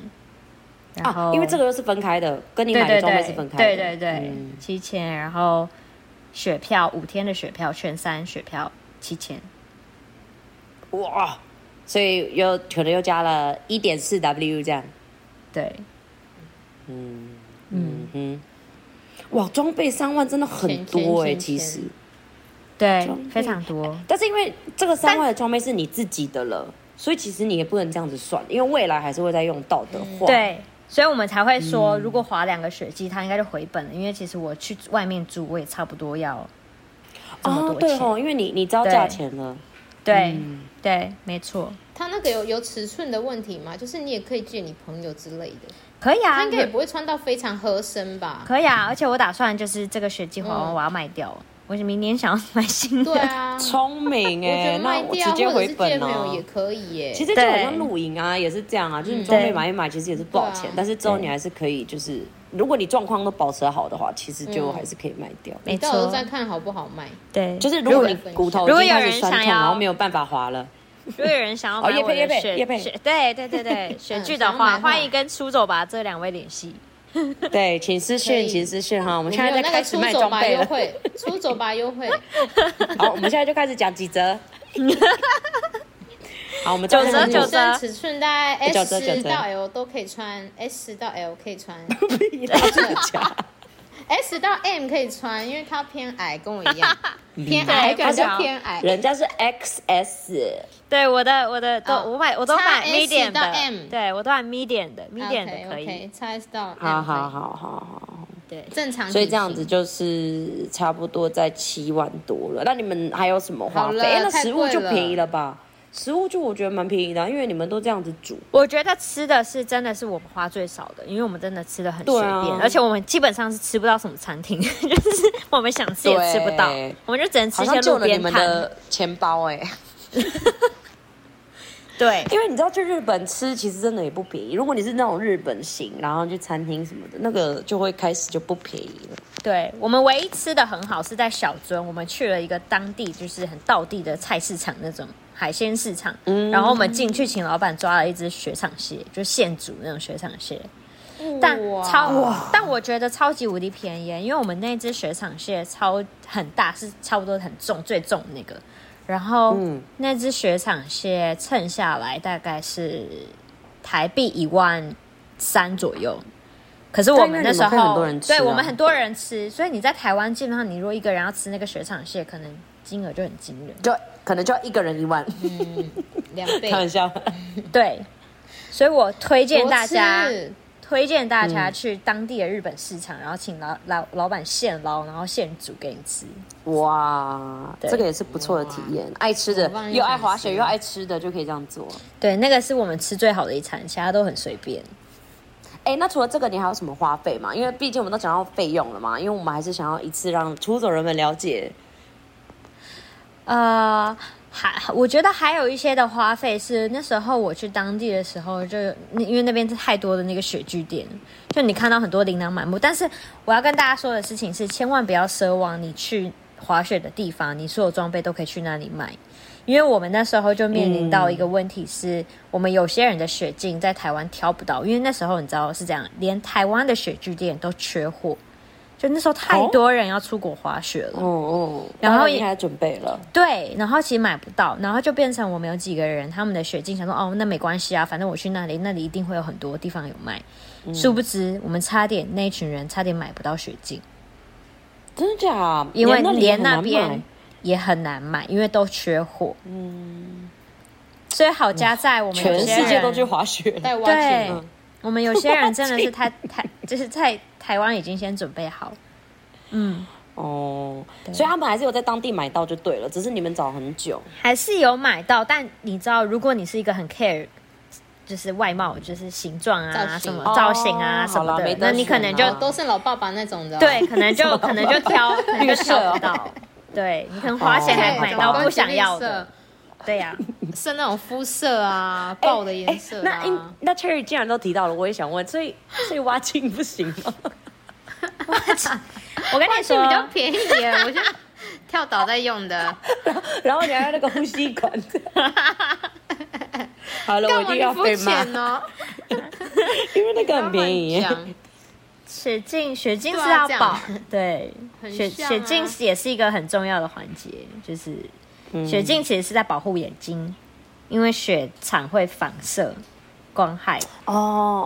S3: 然
S1: 啊
S3: 后，
S1: 因为这个又是分开的，跟你
S3: 对
S1: 买
S3: 对
S1: 的装备
S3: 对
S1: 是分开的。
S3: 对对对
S1: 嗯，
S3: 七千，然后雪票五天的雪票，全三雪票七千。
S1: 哇，所以又可能又加了一点四 W 这样。
S3: 对，
S1: 嗯嗯哼，哇，装备三万真的很多哎、
S2: 钱钱
S1: 其
S2: 钱
S1: 实，
S3: 对
S1: 装备，
S3: 非常多。
S1: 但是因为这个三万的装备是你自己的了，所以其实你也不能这样子算，因为未来还是会再用到的话，，
S3: 对，所以我们才会
S2: 嗯
S3: 说，如果划两个雪季，他应该就回本了，因为其实我去外面住，我也差不多要这么
S1: 哦
S3: 多
S1: 对
S3: 钱。
S1: 哦，因为你你知道
S3: 对
S1: 价钱了，
S3: 对
S2: 嗯
S3: 对，没错，
S2: 他那个有有尺寸的问题吗？就是你也可以借你朋友之类的，
S3: 可以啊，
S2: 他应该也不会穿到非常合身吧？
S3: 可以啊，而且我打算就是这个雪季划完，
S2: 嗯
S3: 我要卖掉，我明年想要买新的。
S2: 对啊，
S1: 聪明
S2: 我觉
S1: 哎、
S2: 得
S1: 那
S2: 卖
S1: 我
S2: 掉
S1: 直接
S2: 或者
S1: 回
S2: 是借
S1: 本
S2: 朋
S1: 啊
S2: 友。也可以耶。
S1: 其实就好
S3: 对
S1: 像露营啊，也是这样啊，就是你装备
S3: 对
S1: 买一买，其实也是不少钱
S2: 对啊，
S1: 但是之后你还是可以，就是如果你状况都保持好的话，其实就
S2: 嗯
S1: 还是可以卖掉。
S3: *laughs* 没
S2: 到时候
S3: 错，
S2: 再看好不好卖。
S3: 对，
S1: 就是如果你
S2: 如果
S1: 骨头已
S3: 如果
S1: 经
S3: 有
S1: 开始
S3: 人
S1: 酸
S3: 想
S1: 痛，然后
S3: 要
S1: 没有办法滑了，
S3: 如果有人想要
S1: 哦
S3: 买
S1: 业
S3: 我
S1: 配
S3: 的
S1: 业配
S3: 雪
S1: 业配
S3: 雪对对对
S2: *laughs*
S3: 对雪具的
S2: 嗯想要买
S3: 话，
S2: 的话
S3: 欢迎跟出走吧这两位联系。 *laughs*
S1: 对，请私
S2: 可
S1: 讯，
S2: 以
S1: 请私讯哈，我
S2: 我
S1: 们现在
S2: 有
S1: 在
S2: 那
S1: 开
S2: 个
S1: 始
S2: 出
S1: 卖
S2: 走
S1: 装
S2: 吧
S1: 备
S2: 优
S1: 了。
S2: 惠， *laughs* 出走吧优惠，
S1: *laughs* 好，我们现在就开始讲几折。好，我们
S3: 九折
S1: 再来
S3: 九
S2: 女
S3: 折
S2: 生尺寸大概
S1: 哎九
S2: S
S1: 折九
S2: 十
S1: 折
S2: 到 L 都可以穿，S 到 L 可以穿
S1: *laughs* 屁啦真的假的
S2: ，S 到 M 可以穿，因为她偏矮，跟我一
S1: *laughs*
S2: 样，偏
S3: 对
S2: 矮，还
S3: 我
S2: 感觉
S3: 想
S2: 偏矮。
S1: 人家是 XS，
S3: 对，我的我的都
S2: 哦
S3: 我买我都买
S2: XS
S3: medium
S2: 到
S3: 的
S2: M，
S3: 对我都买 medium 的 medium 的
S2: OK
S3: 可以
S2: OK，叉 S 到 M 可以
S1: 好好好好好，
S3: 对。
S2: 正常体型，
S1: 所以这样子就是差不多在七万多了。那你们还有什么花
S2: 好
S1: 费？
S2: 了
S1: 哎，那
S2: 太
S1: 食物就
S2: 贵了
S1: 便宜了吧？食物就我觉得蛮便宜的啊，因为你们都这样子煮。
S3: 我觉得吃的是真的是我们花最少的，因为我们真的吃的很随
S1: 对
S3: 便，
S1: 啊
S3: 而且我们基本上是吃不到什么餐厅， *laughs* 就是我们想吃也吃不到
S1: 对，
S3: 我们就只能吃
S1: 好
S3: 一些
S1: 像救
S3: 路
S1: 了你
S3: 边
S1: 们
S3: 摊。
S1: 的钱包哎、*laughs*
S3: 对，
S1: 因为你知道去日本吃其实真的也不便宜。如果你是那种日本型，然后去餐厅什么的，那个就会开始就不便宜了。
S3: 对我们唯一吃的很好是在小樽，我们去了一个当地就是很道地的菜市场那种海鲜市场，然后我们进去请老板抓了一只雪场蟹，就现煮那种雪场蟹，但
S2: 哇
S3: 超但我觉得超级无敌便宜，因为我们那只雪场蟹超很大，是差不多很重最重的那个，然后、
S1: 嗯
S3: 那只雪场蟹称下来大概是台币一万三左右。可是我们那
S1: 对因为你
S3: 时
S1: 们会
S3: 候，
S1: 很多人吃啊
S3: 对我们很多人吃，所以你在台湾基本上，你如果一个人要吃那个雪场蟹，可能金额就很惊人。
S1: 就可能就要一个人一万，
S2: 两
S1: *laughs*
S2: 倍
S1: 开，玩笑。嗯
S3: 对，所以我推荐大家
S2: 多，次
S3: 推荐大家
S1: 嗯
S3: 去当地的日本市场，然后请老老老板现捞，然后现煮给你吃。
S1: *laughs* 哇，
S3: 对
S1: 这个也是不错的体验。爱吃的
S2: 我帮你
S1: 又爱滑
S2: 想
S1: 雪
S2: 吃
S1: 又爱吃的就可以这样做。
S3: 对，那个是我们吃最好的一餐，其他都很随便。
S1: 哎，那除了这个，你还有什么花费吗？因为毕竟我们都讲到费用了嘛，因为我们还是想要一次让出走人们了解。
S3: 呃，还我觉得还有一些的花费是那时候我去当地的时候就，那因为那边太多的那个雪具店，就你看到很多琳琅满目。但是我要跟大家说的事情是，千万不要奢望你去滑雪的地方，你所有装备都可以去那里买。因为我们那时候就面临到一个问题是，我们有些人的雪镜在台湾挑不到，因为那时候你知道是这样，连台湾的雪具店都缺货，就那时候太
S1: 哦
S3: 多人要出国滑雪了。
S1: 哦哦，
S3: 嗯然后
S1: 当你
S3: 也
S1: 还准备了，
S3: 对，然后其实买不到，然后就变成我们有几个人，他们的雪镜想说，哦，那没关系啊，反正我去那里，那里一定会有很多地方有卖。
S1: 嗯
S3: 殊不知，我们差点那一群人差点买不到雪镜，
S1: 真的假？
S3: 因为
S1: 里
S3: 连
S1: 很难
S3: 那边
S1: 买
S3: 也很难买，因为都缺货。嗯，所以好家在我们有
S1: 全
S3: 些
S1: 世界都
S3: 人
S1: 去滑雪了。
S2: 带挖
S3: 对
S2: 镜，
S3: 我们有些人真的是太太就是在台湾已经先准备好，
S1: 哦，所以他们还是有在当地买到就对了，只是你们找很久。
S3: 还是有买到，但你知道，如果你是一个很 care。就是外貌，就是形状
S2: 造
S3: 啊，什
S2: 型
S3: 么
S2: 哦
S3: 造型啊，什
S1: 好啦
S3: 么
S1: 没
S3: 的，
S1: 得
S3: 那你可能就
S1: 选啊
S2: 都是老爸爸那种的哦， *laughs*
S3: 对，可能就可能就挑，可能就挑不到。对你可能花钱
S1: 哦
S3: 还
S2: 对，
S3: 买
S2: 找
S3: 到
S2: 关
S3: 不
S2: 系
S3: 想
S2: 绿
S3: 要
S2: 色
S3: 的，对
S2: *laughs*
S3: 呀、
S2: 是那种肤色啊，豹的颜色
S1: 那
S2: 啊。
S1: 哎、那 Cherry 既然都提到了，我也想问，所以所以挖镜不行吗？ *laughs*
S3: 我跟你
S2: 是比较
S3: 说，
S2: 便宜耶，我现在跳岛在用 *laughs* 的，
S1: 然后你还要那个呼吸管。 *laughs* 好了，我一定要被骂，
S2: 干嘛
S1: 因为那个
S2: 你肤浅哦，
S1: 很便宜
S2: 干。嘛你
S3: 雪镜雪镜
S2: 对
S3: 是
S2: 啊
S3: 要
S2: 这样
S3: 保，对，
S2: 很
S3: 雪
S2: 像
S3: 雪镜
S2: 啊
S3: 也是一个很重要的环节，就是
S2: 嗯
S1: 嗯
S3: 雪镜其实是在保护眼睛，因为雪场会反射。光害。
S1: 哦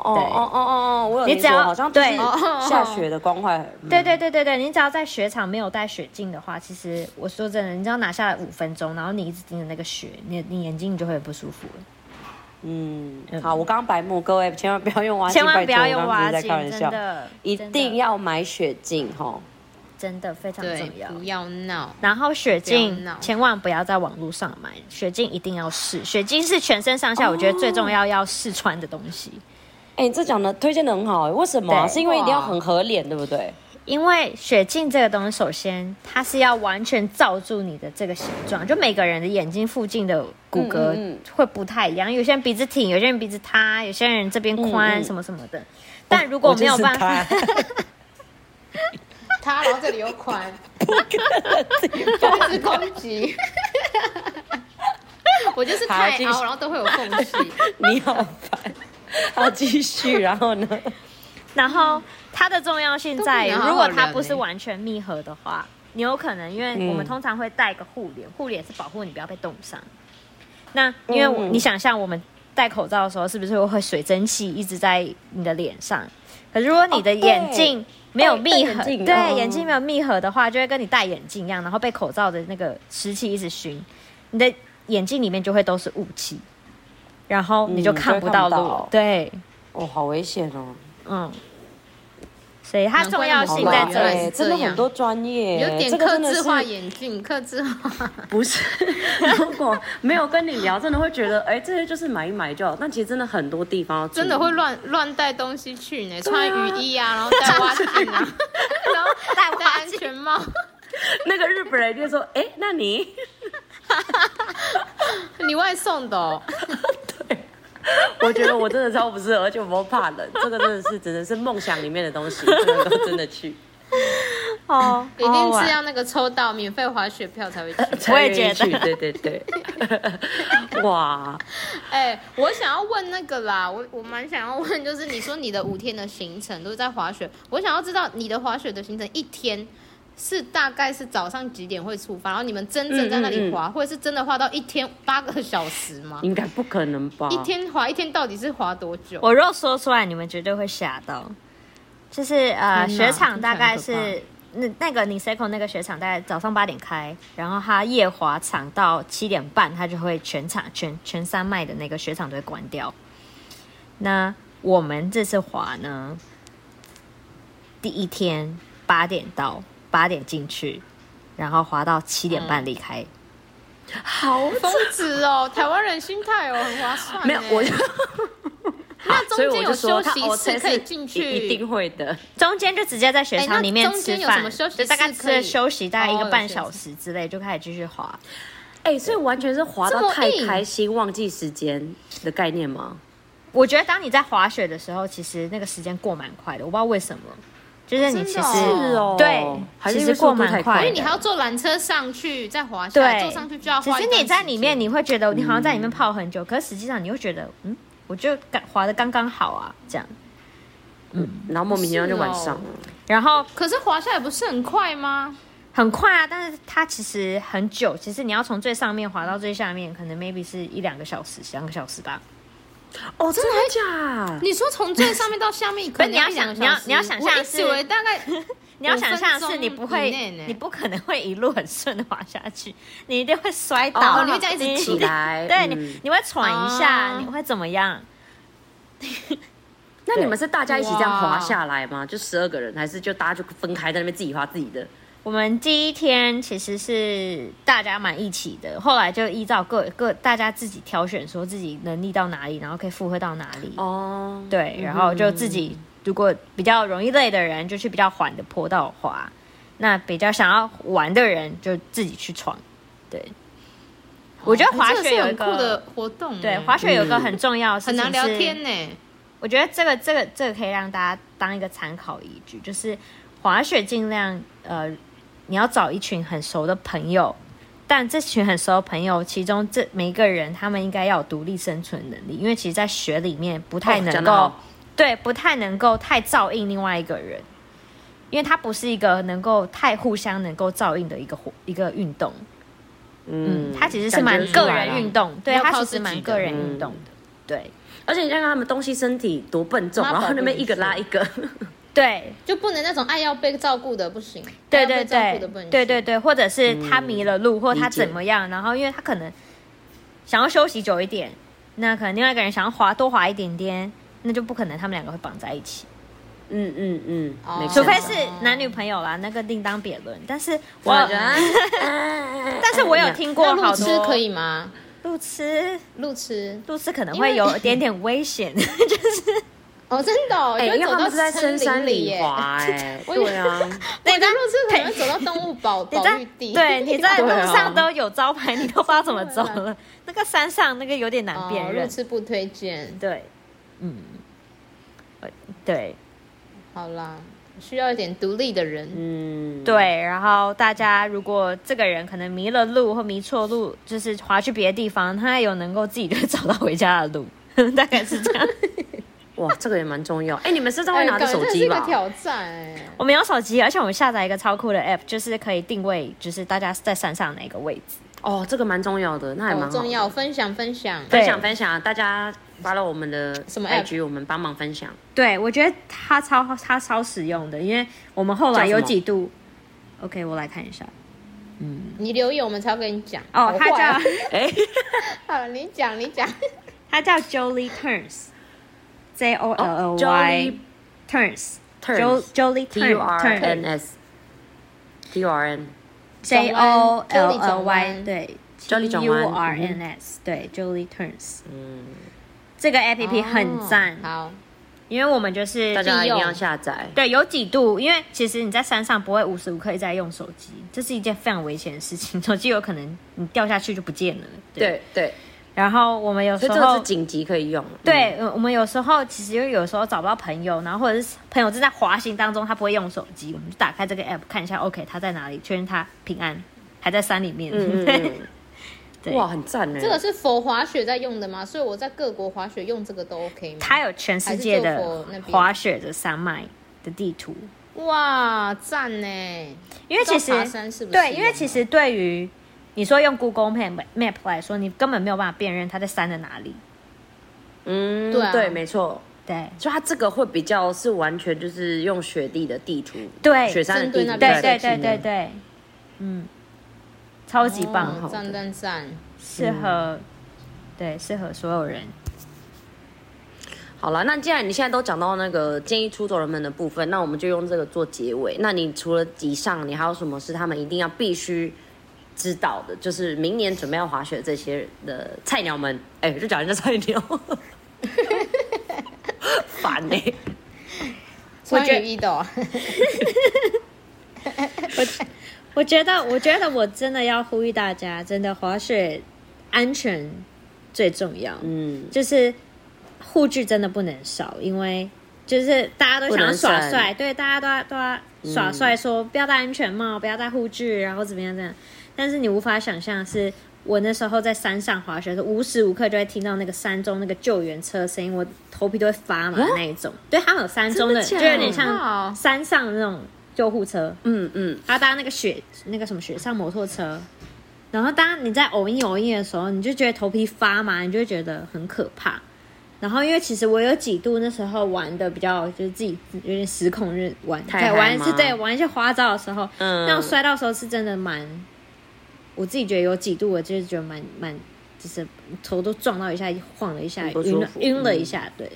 S1: 哦
S3: 对
S1: 哦哦哦，我有
S3: 你
S1: 听
S3: 只
S1: 说
S3: 要
S1: 好像就是
S3: 对
S1: *laughs* 下雪的光坏，嗯
S3: 对对对对对，你只要在雪场没有带雪镜的话，其实我说真的，你只要拿下来五分钟，然后你一直盯着那个雪，你你眼睛就会不舒服了。
S1: 嗯，好，我刚刚白目，各位千万不要用蛙镜，
S3: 千万不要
S1: 啊拜托
S3: 用
S1: 我刚
S3: 蛙
S1: 刚只是
S3: 镜，
S1: 在开玩
S3: 真
S1: 笑，
S3: 的，
S1: 一
S3: 真的
S1: 定要买雪镜哈。
S3: 真的非常
S2: 对
S3: 重，要。
S2: 不要闹。
S3: 然后雪
S2: 不要
S3: 镜
S2: 闹
S3: 千万不要在网络上买，雪镜一定要试。雪镜是全身上下，我觉得最重要要试穿的东西，
S1: 哎，你这讲的推荐的很好哎，为什么啊？
S3: 对
S1: 是因为一定要很合脸，对不对？ *laughs*
S3: 因为雪镜这个东西，首先它是要完全罩住你的这个形状，就每个人的眼睛附近的骨骼
S1: 嗯嗯嗯
S3: 会不太一样，有些人鼻子挺，有些人鼻子塌，有些人这边
S1: 嗯
S3: 宽，
S1: 嗯
S3: 什么什么的。但如果没有办法，
S1: 我就是他
S2: 他然后这里又 *laughs* 宽，
S1: 不可能
S2: 这是攻击。 *laughs* 我就是太
S1: 好继续
S2: 凹，然后都会有
S1: *laughs*
S2: 缝隙。
S1: 你好烦。好，继续，然后
S3: *laughs*
S1: 呢？
S3: 然后它的重要性在于，
S2: 都不能好好
S3: 如果它
S2: 聊
S3: 不是
S2: 呢
S3: 完全密合的话，你有可能因为我们
S1: 嗯
S3: 通常会戴一个护脸，护脸是保护你不要被冻伤。那因为我、
S1: 嗯
S3: 你想象我们戴口罩的时候，是不是会水蒸气一直在你的脸上？可是如果你的
S1: 哦对
S3: 眼镜没有
S1: 戴
S3: 密
S1: 戴
S3: 合，
S1: 眼镜
S3: 对
S1: 哦
S3: 眼镜没有密合的话，就会跟你戴眼镜一样，然后被口罩的那个湿气一直熏，你的眼镜里面就会都是雾气，然后你就
S1: 嗯
S3: 看
S1: 就
S3: 不
S1: 会看
S3: 到
S1: 不
S3: 路。
S1: 到
S3: 对，
S1: 哦，好危险哦！
S3: 嗯，所以它重要
S1: 好
S3: 性在
S1: 啦，
S2: 难怪那么红
S3: 这
S2: 啊
S3: 里，
S2: 原
S1: 哎
S2: 来是这
S1: 真
S2: 样
S1: 的很多专业，
S2: 有点
S1: 这个
S2: 刻
S1: 真的
S2: 字
S1: 是
S2: 化眼镜，刻字化。
S1: 不是， *laughs* 如果没有跟你聊，真的会觉得，哎、这些就是买一买就好。但其实真的很多地方要注意
S2: 真的会乱乱带东西去呢，穿雨衣啊，然后戴袜镜啊， *laughs*
S3: 然后戴
S2: 戴
S3: 花
S2: 安
S3: 镜，
S2: 全帽， *laughs*
S1: 那个日本人就说，哎、那你 *laughs*
S2: 你外送的哦，
S1: 我觉得我真的超不适合，而且我不怕冷，这个真的是真的是梦想里面的东西，不能够真的
S2: *laughs*
S1: 去。
S3: 哦，
S2: 一定是要那个抽到免费滑雪票才会去。
S3: 我也觉得
S1: 才愿意去对对对， *laughs* 哇，
S2: 哎、我想要问那个啦，我我蛮想要问，就是你说你的五天的行程都是在滑雪，我想要知道你的滑雪的行程一天是大概是早上几点会出发，然后你们真正在那里滑，会是真的滑到一天八个小时吗？
S1: 应该不可能吧？
S2: 一天滑一天到底是滑多久？
S3: 我若说出来，你们绝对会吓到。就是呃，
S2: 天哪
S3: 雪场大概
S2: 听起来很
S3: 是那那个 Niseko 那个雪场，大概早上八点开，然后它夜滑场到七点半，它就会全场全全山脉的那个雪场都会关掉。那我们这次滑呢，第一天八点到，八点进去，然后滑到七点
S2: 嗯
S3: 半离开。
S1: 好
S2: 疯子哦，台湾人心态哦，很划算。
S1: 没有，我就。
S2: 那中
S1: 所以
S2: 间
S1: 我就
S2: 有
S1: 说
S2: 休
S1: 他，
S2: 息
S3: 哦
S1: 我才
S2: 室
S1: 是
S2: 可以进去，
S1: 一定会的。
S3: 中间就直接在雪场里面
S2: 哎那中
S3: 吃
S2: 间有什
S3: 饭
S2: 么休，息
S3: 就大概
S2: 室
S3: 吃
S2: 可以
S3: 了休息大概一个
S2: 哦
S3: 半
S2: 有休息
S3: 小时之类，就开始继续滑。
S1: 哎、所以完全是滑
S2: 这
S1: 到
S2: 么
S1: 太
S2: 硬
S1: 开心，忘记时间的概念吗？
S3: 我觉得当你在滑雪的时候，其实那个时间过蛮快的，我不知道为什么，就是你
S2: 真
S3: 其
S2: 的
S3: 实
S2: 哦是
S1: 哦
S3: 对
S1: 还，是
S3: 其
S1: 因为
S3: 实
S1: 速
S3: 过
S1: 度
S3: 蛮
S1: 太
S3: 快
S1: 快
S3: 的，
S2: 因为你还要坐缆车上去，再滑下来，
S3: 对
S2: 坐上去就要
S3: 只
S2: 花一
S3: 是
S2: 段时间。
S3: 你在里面，你会觉得你好像在里面泡很久，可是实际上你又觉得，嗯，我就刚滑的刚刚好啊，这样。
S1: 然后莫名其妙就晚上了。
S3: 然后
S2: 可是滑下来不是很快吗？
S3: 很快啊，但是它其实很久，其实你要从最上面滑到最下面，可能 maybe 是一两个小时，两个小时吧。
S1: 哦，真的假？
S2: 你说从最上面到下面，可能
S3: 不是你要
S2: 一两个
S3: 想你要
S2: 小
S3: 你
S2: 时
S3: 要想象
S2: 我一直
S3: 是
S2: 以为大概
S3: 你要想象是你不会
S2: 五分钟以内呢，
S3: 你不可能会一路很顺的滑下去，你一定会摔倒，
S1: 哦
S2: 你会这样一直
S3: 你
S1: 起 *laughs* 来
S3: *laughs* 对
S1: 嗯
S3: 你你会喘一下，
S2: 哦
S3: 你会怎么样？
S1: 那你们是大家一起这样滑下来吗？就十二个人，还是就大家就分开在那边自己滑自己的？
S3: 我们第一天其实是大家蛮一起的，后来就依照各各大家自己挑选，说自己能力到哪里，然后可以负荷到哪里。
S1: 哦，
S3: 对，然后就自
S2: 嗯
S3: 己如果比较容易累的人，就去比较缓的坡道滑；那比较想要玩的人，就自己去闯。对，我觉得滑
S2: 哦哎这个
S3: 雪
S2: 是
S3: 有一
S2: 很
S3: 个
S2: 酷的活动呢，
S3: 对，滑雪有一个很重要的事
S2: 嗯很
S3: 情是
S2: 难聊天欸呢。
S3: 我觉得这个这个这个可以让大家当一个参考依据，就是滑雪尽量呃，你要找一群很熟的朋友，但这群很熟的朋友，其中这每一个人他们应该要有独立生存能力，因为其实，在雪里面不太
S1: 哦
S3: 能
S1: 讲
S3: 够、
S1: 得好
S3: 对，不太能够太照应另外一个人，因为它不是一个能够太互相能够照应的一个活一个运动。嗯，它其实是蛮个人运
S1: 动。啊
S3: 动，对，
S2: 要靠
S3: 它其实
S2: 自己
S3: 蛮
S2: 的嗯
S3: 个人运动的。对
S1: 而且你看看他们东西身体多笨重，
S2: 妈
S1: 然
S2: 宝
S1: 后那边
S2: 不理
S1: 一个拉一个， *laughs*
S3: 对
S2: 就不能那种爱要被照顾的不行，
S3: 对
S2: 爱要
S3: 对
S2: 被照顾
S3: 对
S2: 的不能行
S3: 对对对，或者是他迷了路，或
S1: 嗯理
S3: 他
S1: 解
S3: 怎么样，然后因为他可能想要休息久一点，那可能另外一个人想要滑多滑一点点，那就不可能他们两个会绑在一起，
S1: 嗯嗯嗯
S2: 哦，
S1: 没错
S3: 除非是男女朋友啦，那个另当别论。但是我
S1: 哇，
S3: *laughs* 但
S1: 但
S3: 是我有听过
S2: 那
S3: 好
S2: 路痴
S3: 多
S2: 可以吗？
S3: 路痴，
S2: 路痴
S3: 路痴可能
S2: 因为
S3: 会有一点点危
S2: *laughs*
S3: 险，就是
S2: 哦，真的、哦，
S1: 哎，
S2: 就
S1: 因为
S2: 会走
S1: 他
S2: 到
S1: 们是在深山
S2: 森林
S1: 里
S2: 耶。
S1: 滑，哎，
S2: 我以为
S1: 对啊，
S2: 我觉得路痴可能会走到动物保
S3: *laughs* 你
S2: 保
S3: 在
S2: 育地，哦
S3: 对你
S2: *laughs*
S3: 在路
S1: 对啊
S3: 上都有招牌，你都不知道怎么走了。那个山上那个有点难
S2: 啊哦，
S3: 辨
S2: 路
S3: 认，
S2: 痴不推荐。
S3: 对，嗯，呃对
S2: 好啦，需要一点独立的人。
S1: 嗯，
S3: 对。然后大家如果这个人可能迷了路或迷错路，就是滑去别的地方，他有能够自己就找到回家的路， *laughs* 大概是这样。 *laughs*
S1: 哇，这个也蛮重要。哎，你们身上会
S2: 哎，
S1: 拿着
S2: 感觉
S1: 手
S2: 这是
S1: 机
S2: 一个
S1: 吧？
S2: 挑战哎。
S3: 我们有手机，而且我们下载一个超酷的 app，就是可以定位，就是大家在山上哪个位置。
S1: 哦，这个蛮重要的，那还蛮
S2: 好
S1: 好的
S2: 哦重。要，分享分享。
S3: 对
S1: 分享分享，大家发了我们的
S2: 什么
S1: IG，我们帮忙分享。
S3: 对，我觉得它超它超实用的，因为我们后来有几度，OK，我来看一下。
S2: 你留言我们才会跟你讲。
S3: 哦，
S2: 好
S3: 它
S2: 坏啊
S3: 叫
S1: 哎，
S2: *laughs* 好了，你讲你
S3: *laughs*
S2: 讲。
S3: 它叫 Jolie Turns，J O L *laughs*
S1: 哦
S3: L Y
S1: ，Jolly
S3: Turns，Jo
S1: Turns
S3: Jolie
S1: T U R N
S3: Turns
S1: S T U R N，
S3: J O L L
S2: 转
S3: Y
S2: 弯
S3: 对
S1: Jolly 转
S3: U
S1: 弯
S3: R N S 对 Jolie Turns
S1: 嗯，
S3: 这个 APP 很赞
S2: 哦，好，
S3: 因为我们就是
S1: 大家
S3: 利
S1: 一定
S3: 用
S1: 要下载。
S3: 对，有几度，因为其实你在山上不会无时无刻一直在用手机，这是一件非常危险的事情。手机有可能你掉下去就不见了。
S1: 对对，
S3: 然后我们有
S1: 所
S3: 时
S1: 以这个
S3: 候
S1: 是紧急可以用。
S3: 对，
S1: 嗯
S3: 呃我们有时候其实又有时候找不到朋友，然后或者是朋友正在滑行当中，他不会用手机，我们就打开这个 app 看一下，OK，他在哪里，确认他平安，还在山里面。
S1: 嗯，嗯
S3: *laughs*
S1: 嗯，
S3: 对，
S1: 哇，很赞欸呢。
S2: 这个是否滑雪在用的吗？所以我在各国滑雪用这个都 OK 吗？
S3: 它有全世界
S2: 还是做
S3: 的
S2: for 那边
S3: 滑雪的山脉的地图，
S2: 哇，赞呢！
S3: 因为其实
S2: 不知道爬山是不啊是
S3: 对，因为其实对于你说用 Google Map Map 来说，你根本没有办法辨认它在山的哪里。
S1: 嗯，
S2: 对啊
S1: 对，没错。
S3: 对
S1: 就它这个会比较是完全就是用雪地的地图，
S3: 对
S1: 雪山的地
S2: 针对
S1: 图
S2: 那
S1: 在
S3: 对
S2: 边
S1: 进
S3: 对
S1: 行，
S3: 对对对，嗯，超级棒，
S1: 哦好的嗯
S2: 赞赞赞！
S3: 适合对适合所有人。
S1: 好了，那既然你现在都讲到那个建议出走人们的部分，那我们就用这个做结尾。那你除了以上，你还有什么是他们一定要必须知道的？就是明年准备要滑雪这些的菜鸟们，哎、就讲人家菜鸟， *laughs* 烦欸呢、
S3: 我
S2: 穿
S3: 觉得
S2: 雨衣的哦，
S3: 我觉得，我觉得我真的要呼吁大家，真的滑雪安全最重要，
S1: 嗯，
S3: 就是护具真的不能少，因为就是大家都
S1: 不
S3: 想要
S1: 能
S3: 耍
S1: 省
S3: 帅，对，大家都要都要耍帅，说不要戴安全帽，不要戴护具，然后怎么样怎么样。但是你无法想象的是，我那时候在山上滑雪的时候，无时无刻就会听到那个山中那个救援车声音，我头皮都会发麻的那一种。对，他们有山中的，
S1: 啊真的假
S3: 就
S1: 的
S3: 有点
S2: 哇
S3: 像山上的那种救护车。
S1: 嗯嗯，
S3: 然后啊搭那个雪那个什么雪上摩托车，然后当你在偶一偶一的时候，你就觉得头皮发麻，你就会觉得很可怕。然后因为其实我有几度那时候玩的比较就是自己有点失控，就是玩
S1: 太嗨
S3: 在玩是
S1: 吗
S3: 对玩一些花招的时候，
S1: 嗯
S3: 那种摔到的时候是真的蛮，我自己觉得有几度我就是觉得蛮蛮就是头都撞到一下晃了一下
S1: 很不
S3: 晕
S1: 舒
S3: 了
S1: 服
S3: 晕了一
S1: 嗯
S3: 下，对，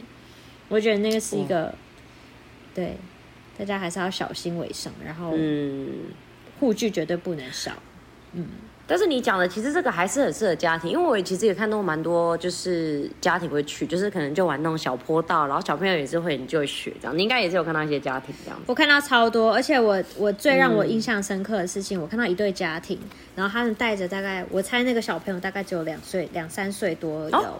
S3: 我觉得那个是一个对。大家还是要小心为上，然后
S1: 嗯。
S3: 护具绝对不能少。
S1: 但是你讲的其实这个还是很适合家庭，因为我其实也看到蛮多就是家庭会去，就是可能就玩那种小坡道，然后小朋友也是会 enjoy 雪这样。你应该也是有看到一些家庭这样子。
S3: 我看到超多，而且我我最让我印象深刻的事情，我看到一对家庭，然后他们带着大概，我猜那个小朋友大概只有两岁、两三岁多有，
S1: 哦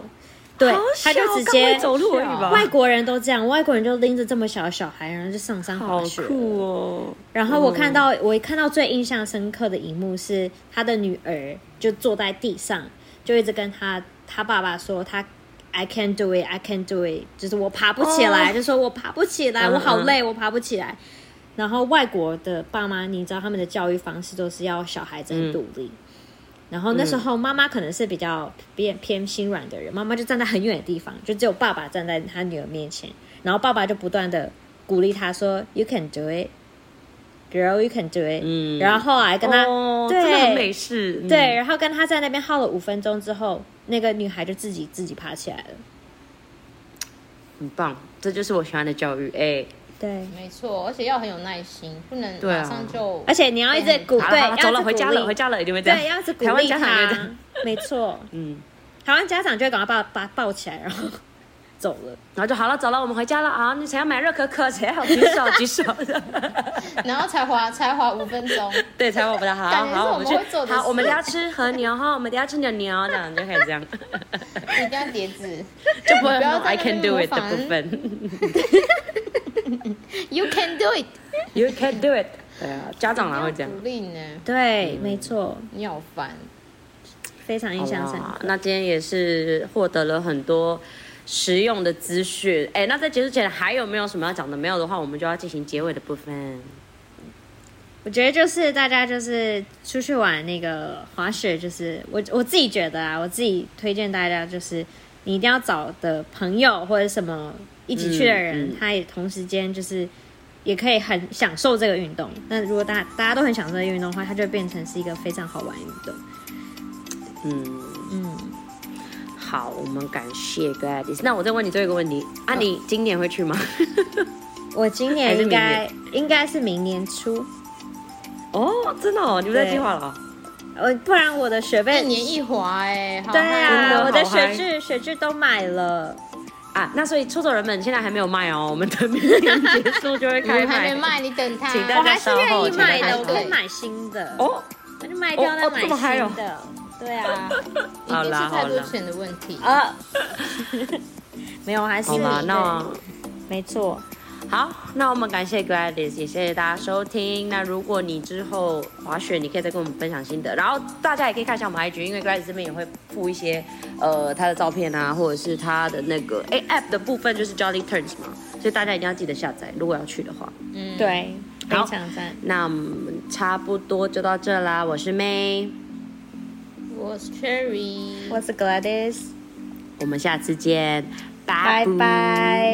S3: 对
S1: 好，
S3: 他就
S1: 小
S3: 直接
S1: 刚会走路而已吧
S3: 外国人都这样，外国人就拎着这么小的小孩，然后就上山滑雪。
S1: 哦！
S3: 然后我看到、我看到最印象深刻的一幕是他的女儿就坐在地上，就一直跟他他爸爸说他 I can do it, I can do it，就是我爬不起来，
S1: 哦
S3: 就说我爬不起来，
S1: 嗯
S3: 我好累，我爬不起来。然后外国的爸妈，你知道他们的教育方式都是要小孩子很
S1: 嗯
S3: 独立，然后那时候妈妈可能是比较偏偏心软的人，妈妈就站在很远的地方，就只有爸爸站在他女儿面前，然后爸爸就不断的鼓励她说：“You can do it, girl, you can do it。”
S1: 嗯
S3: 然后后来跟他、
S1: 哦
S3: 对
S1: 真的很美式，嗯
S3: 对，，然后跟他在那边耗了五分钟之后，那个女孩就自己自己爬起来了。
S1: 很棒，这就是我喜欢的教育。哎，
S3: 对，
S2: 没错，而且要很有耐心，不能
S1: 对啊
S2: 马上就。
S3: 而且你要一直鼓
S1: 好
S3: 对，
S1: 了好了，走
S3: 要一直
S1: 了，
S3: 鼓
S1: 回家了，
S3: 励
S1: 回家了，一定会这样。
S3: 对，要一直鼓
S1: 台湾
S3: 励
S1: 家长也会这
S3: 他
S1: 样。，
S3: 没错，
S1: *laughs* 嗯，
S3: 台湾家长就会赶快把把抱起来，然后走了。
S1: 然后就好了，走了，我们回家了啊！你谁要买热可可？谁要举手举
S3: *laughs*
S1: 手？
S2: 然后才滑 *laughs* 才滑五分钟，
S1: 对，才我不到好，
S2: 感觉是
S1: 好，
S2: 我
S1: 们
S2: 们
S1: 去
S2: 会做，的
S1: 好，
S2: 事
S1: 我们等一下吃和牛哈，我们等一下吃牛牛，这样就可以这样，
S2: 一定要叠
S1: *laughs*
S2: 字。
S1: 就不会有那
S2: 不要
S1: 种
S2: 在
S1: I
S2: 那
S1: can
S2: 边
S1: do
S2: 模
S1: it 的
S2: 仿
S1: 部
S3: *laughs*
S1: 分
S2: You can do it，
S1: ，You can do it。对啊，家长哪会这样
S2: 要？鼓励呢？
S3: 对，
S1: 嗯
S3: 没错，
S2: 你好烦，
S3: 非常印象深
S1: 好啦
S3: 刻。
S1: 那今天也是获得了很多实用的资讯。哎，那在结束前还有没有什么要讲的？没有的话，我们就要进行结尾的部分。
S3: 我觉得就是大家就是出去玩那个滑雪，就是我我自己觉得啊，我自己推荐大家就是你一定要找的朋友或者什么一起去的人，
S1: 嗯嗯
S3: 他也同时间就是也可以很享受这个运动。那如果大家大家都很享受这个运动的话，它就变成是一个非常好玩的运动。
S1: 嗯，
S3: 嗯，
S1: 好，我们感谢 Gladys。那我再问你最后一个问题啊，你今年会去
S2: *laughs*
S1: 吗？
S3: 我今
S1: 还
S3: 年
S1: 是
S3: 应
S1: 明
S3: 该
S1: 年
S3: 应该是明年初，
S1: 哦，真的哦，你们在
S3: 对
S1: 计划了哦。
S3: 呃，不然我的学
S2: 一
S3: 费。
S2: 年一滑哎、好
S3: 对
S1: 真的
S3: 啊，我的
S1: 好嗨
S3: 雪具雪具都买了，
S1: 啊，那所以出走人们现在还没有卖哦，我们等明年结束就会开
S2: 嗨我还
S1: 卖。
S2: 没卖，你等他。
S1: 请大家
S3: 我还是愿意
S1: 稍后
S3: 买
S2: 请大家
S3: 的，我可以
S2: 对
S3: 买新的。
S1: 哦，
S3: 那就卖掉，
S1: 哦
S3: 再
S1: 哦
S3: 买
S1: 这么嗨哦
S3: 新的。对啊，
S2: 一
S1: 好
S2: 定是
S1: 啦
S2: 太
S1: 好
S2: 多
S1: 啦
S2: 钱的问题。
S3: 啊， *laughs* 没有，还是
S1: 好啦，那
S3: 没错，
S1: 好，那我们感谢 Gladys，也谢谢大家收听。那如果你之后滑雪，你可以再跟我们分享心得，然后大家也可以看一下我们 IG，因为 Gladys 这边也会附一些呃她的照片啊，或者是她的那个哎 App 的部分就是 Jolly Turns 嘛，所以大家一定要记得下载，如果要去的话。
S2: 嗯，，
S3: 对，非
S1: 好
S3: 常赞。
S1: 那我们差不多就到这啦，我是 May，
S2: 我是 Cherry，
S3: 我是 Gladys，
S1: 我们下次见，
S3: 拜拜。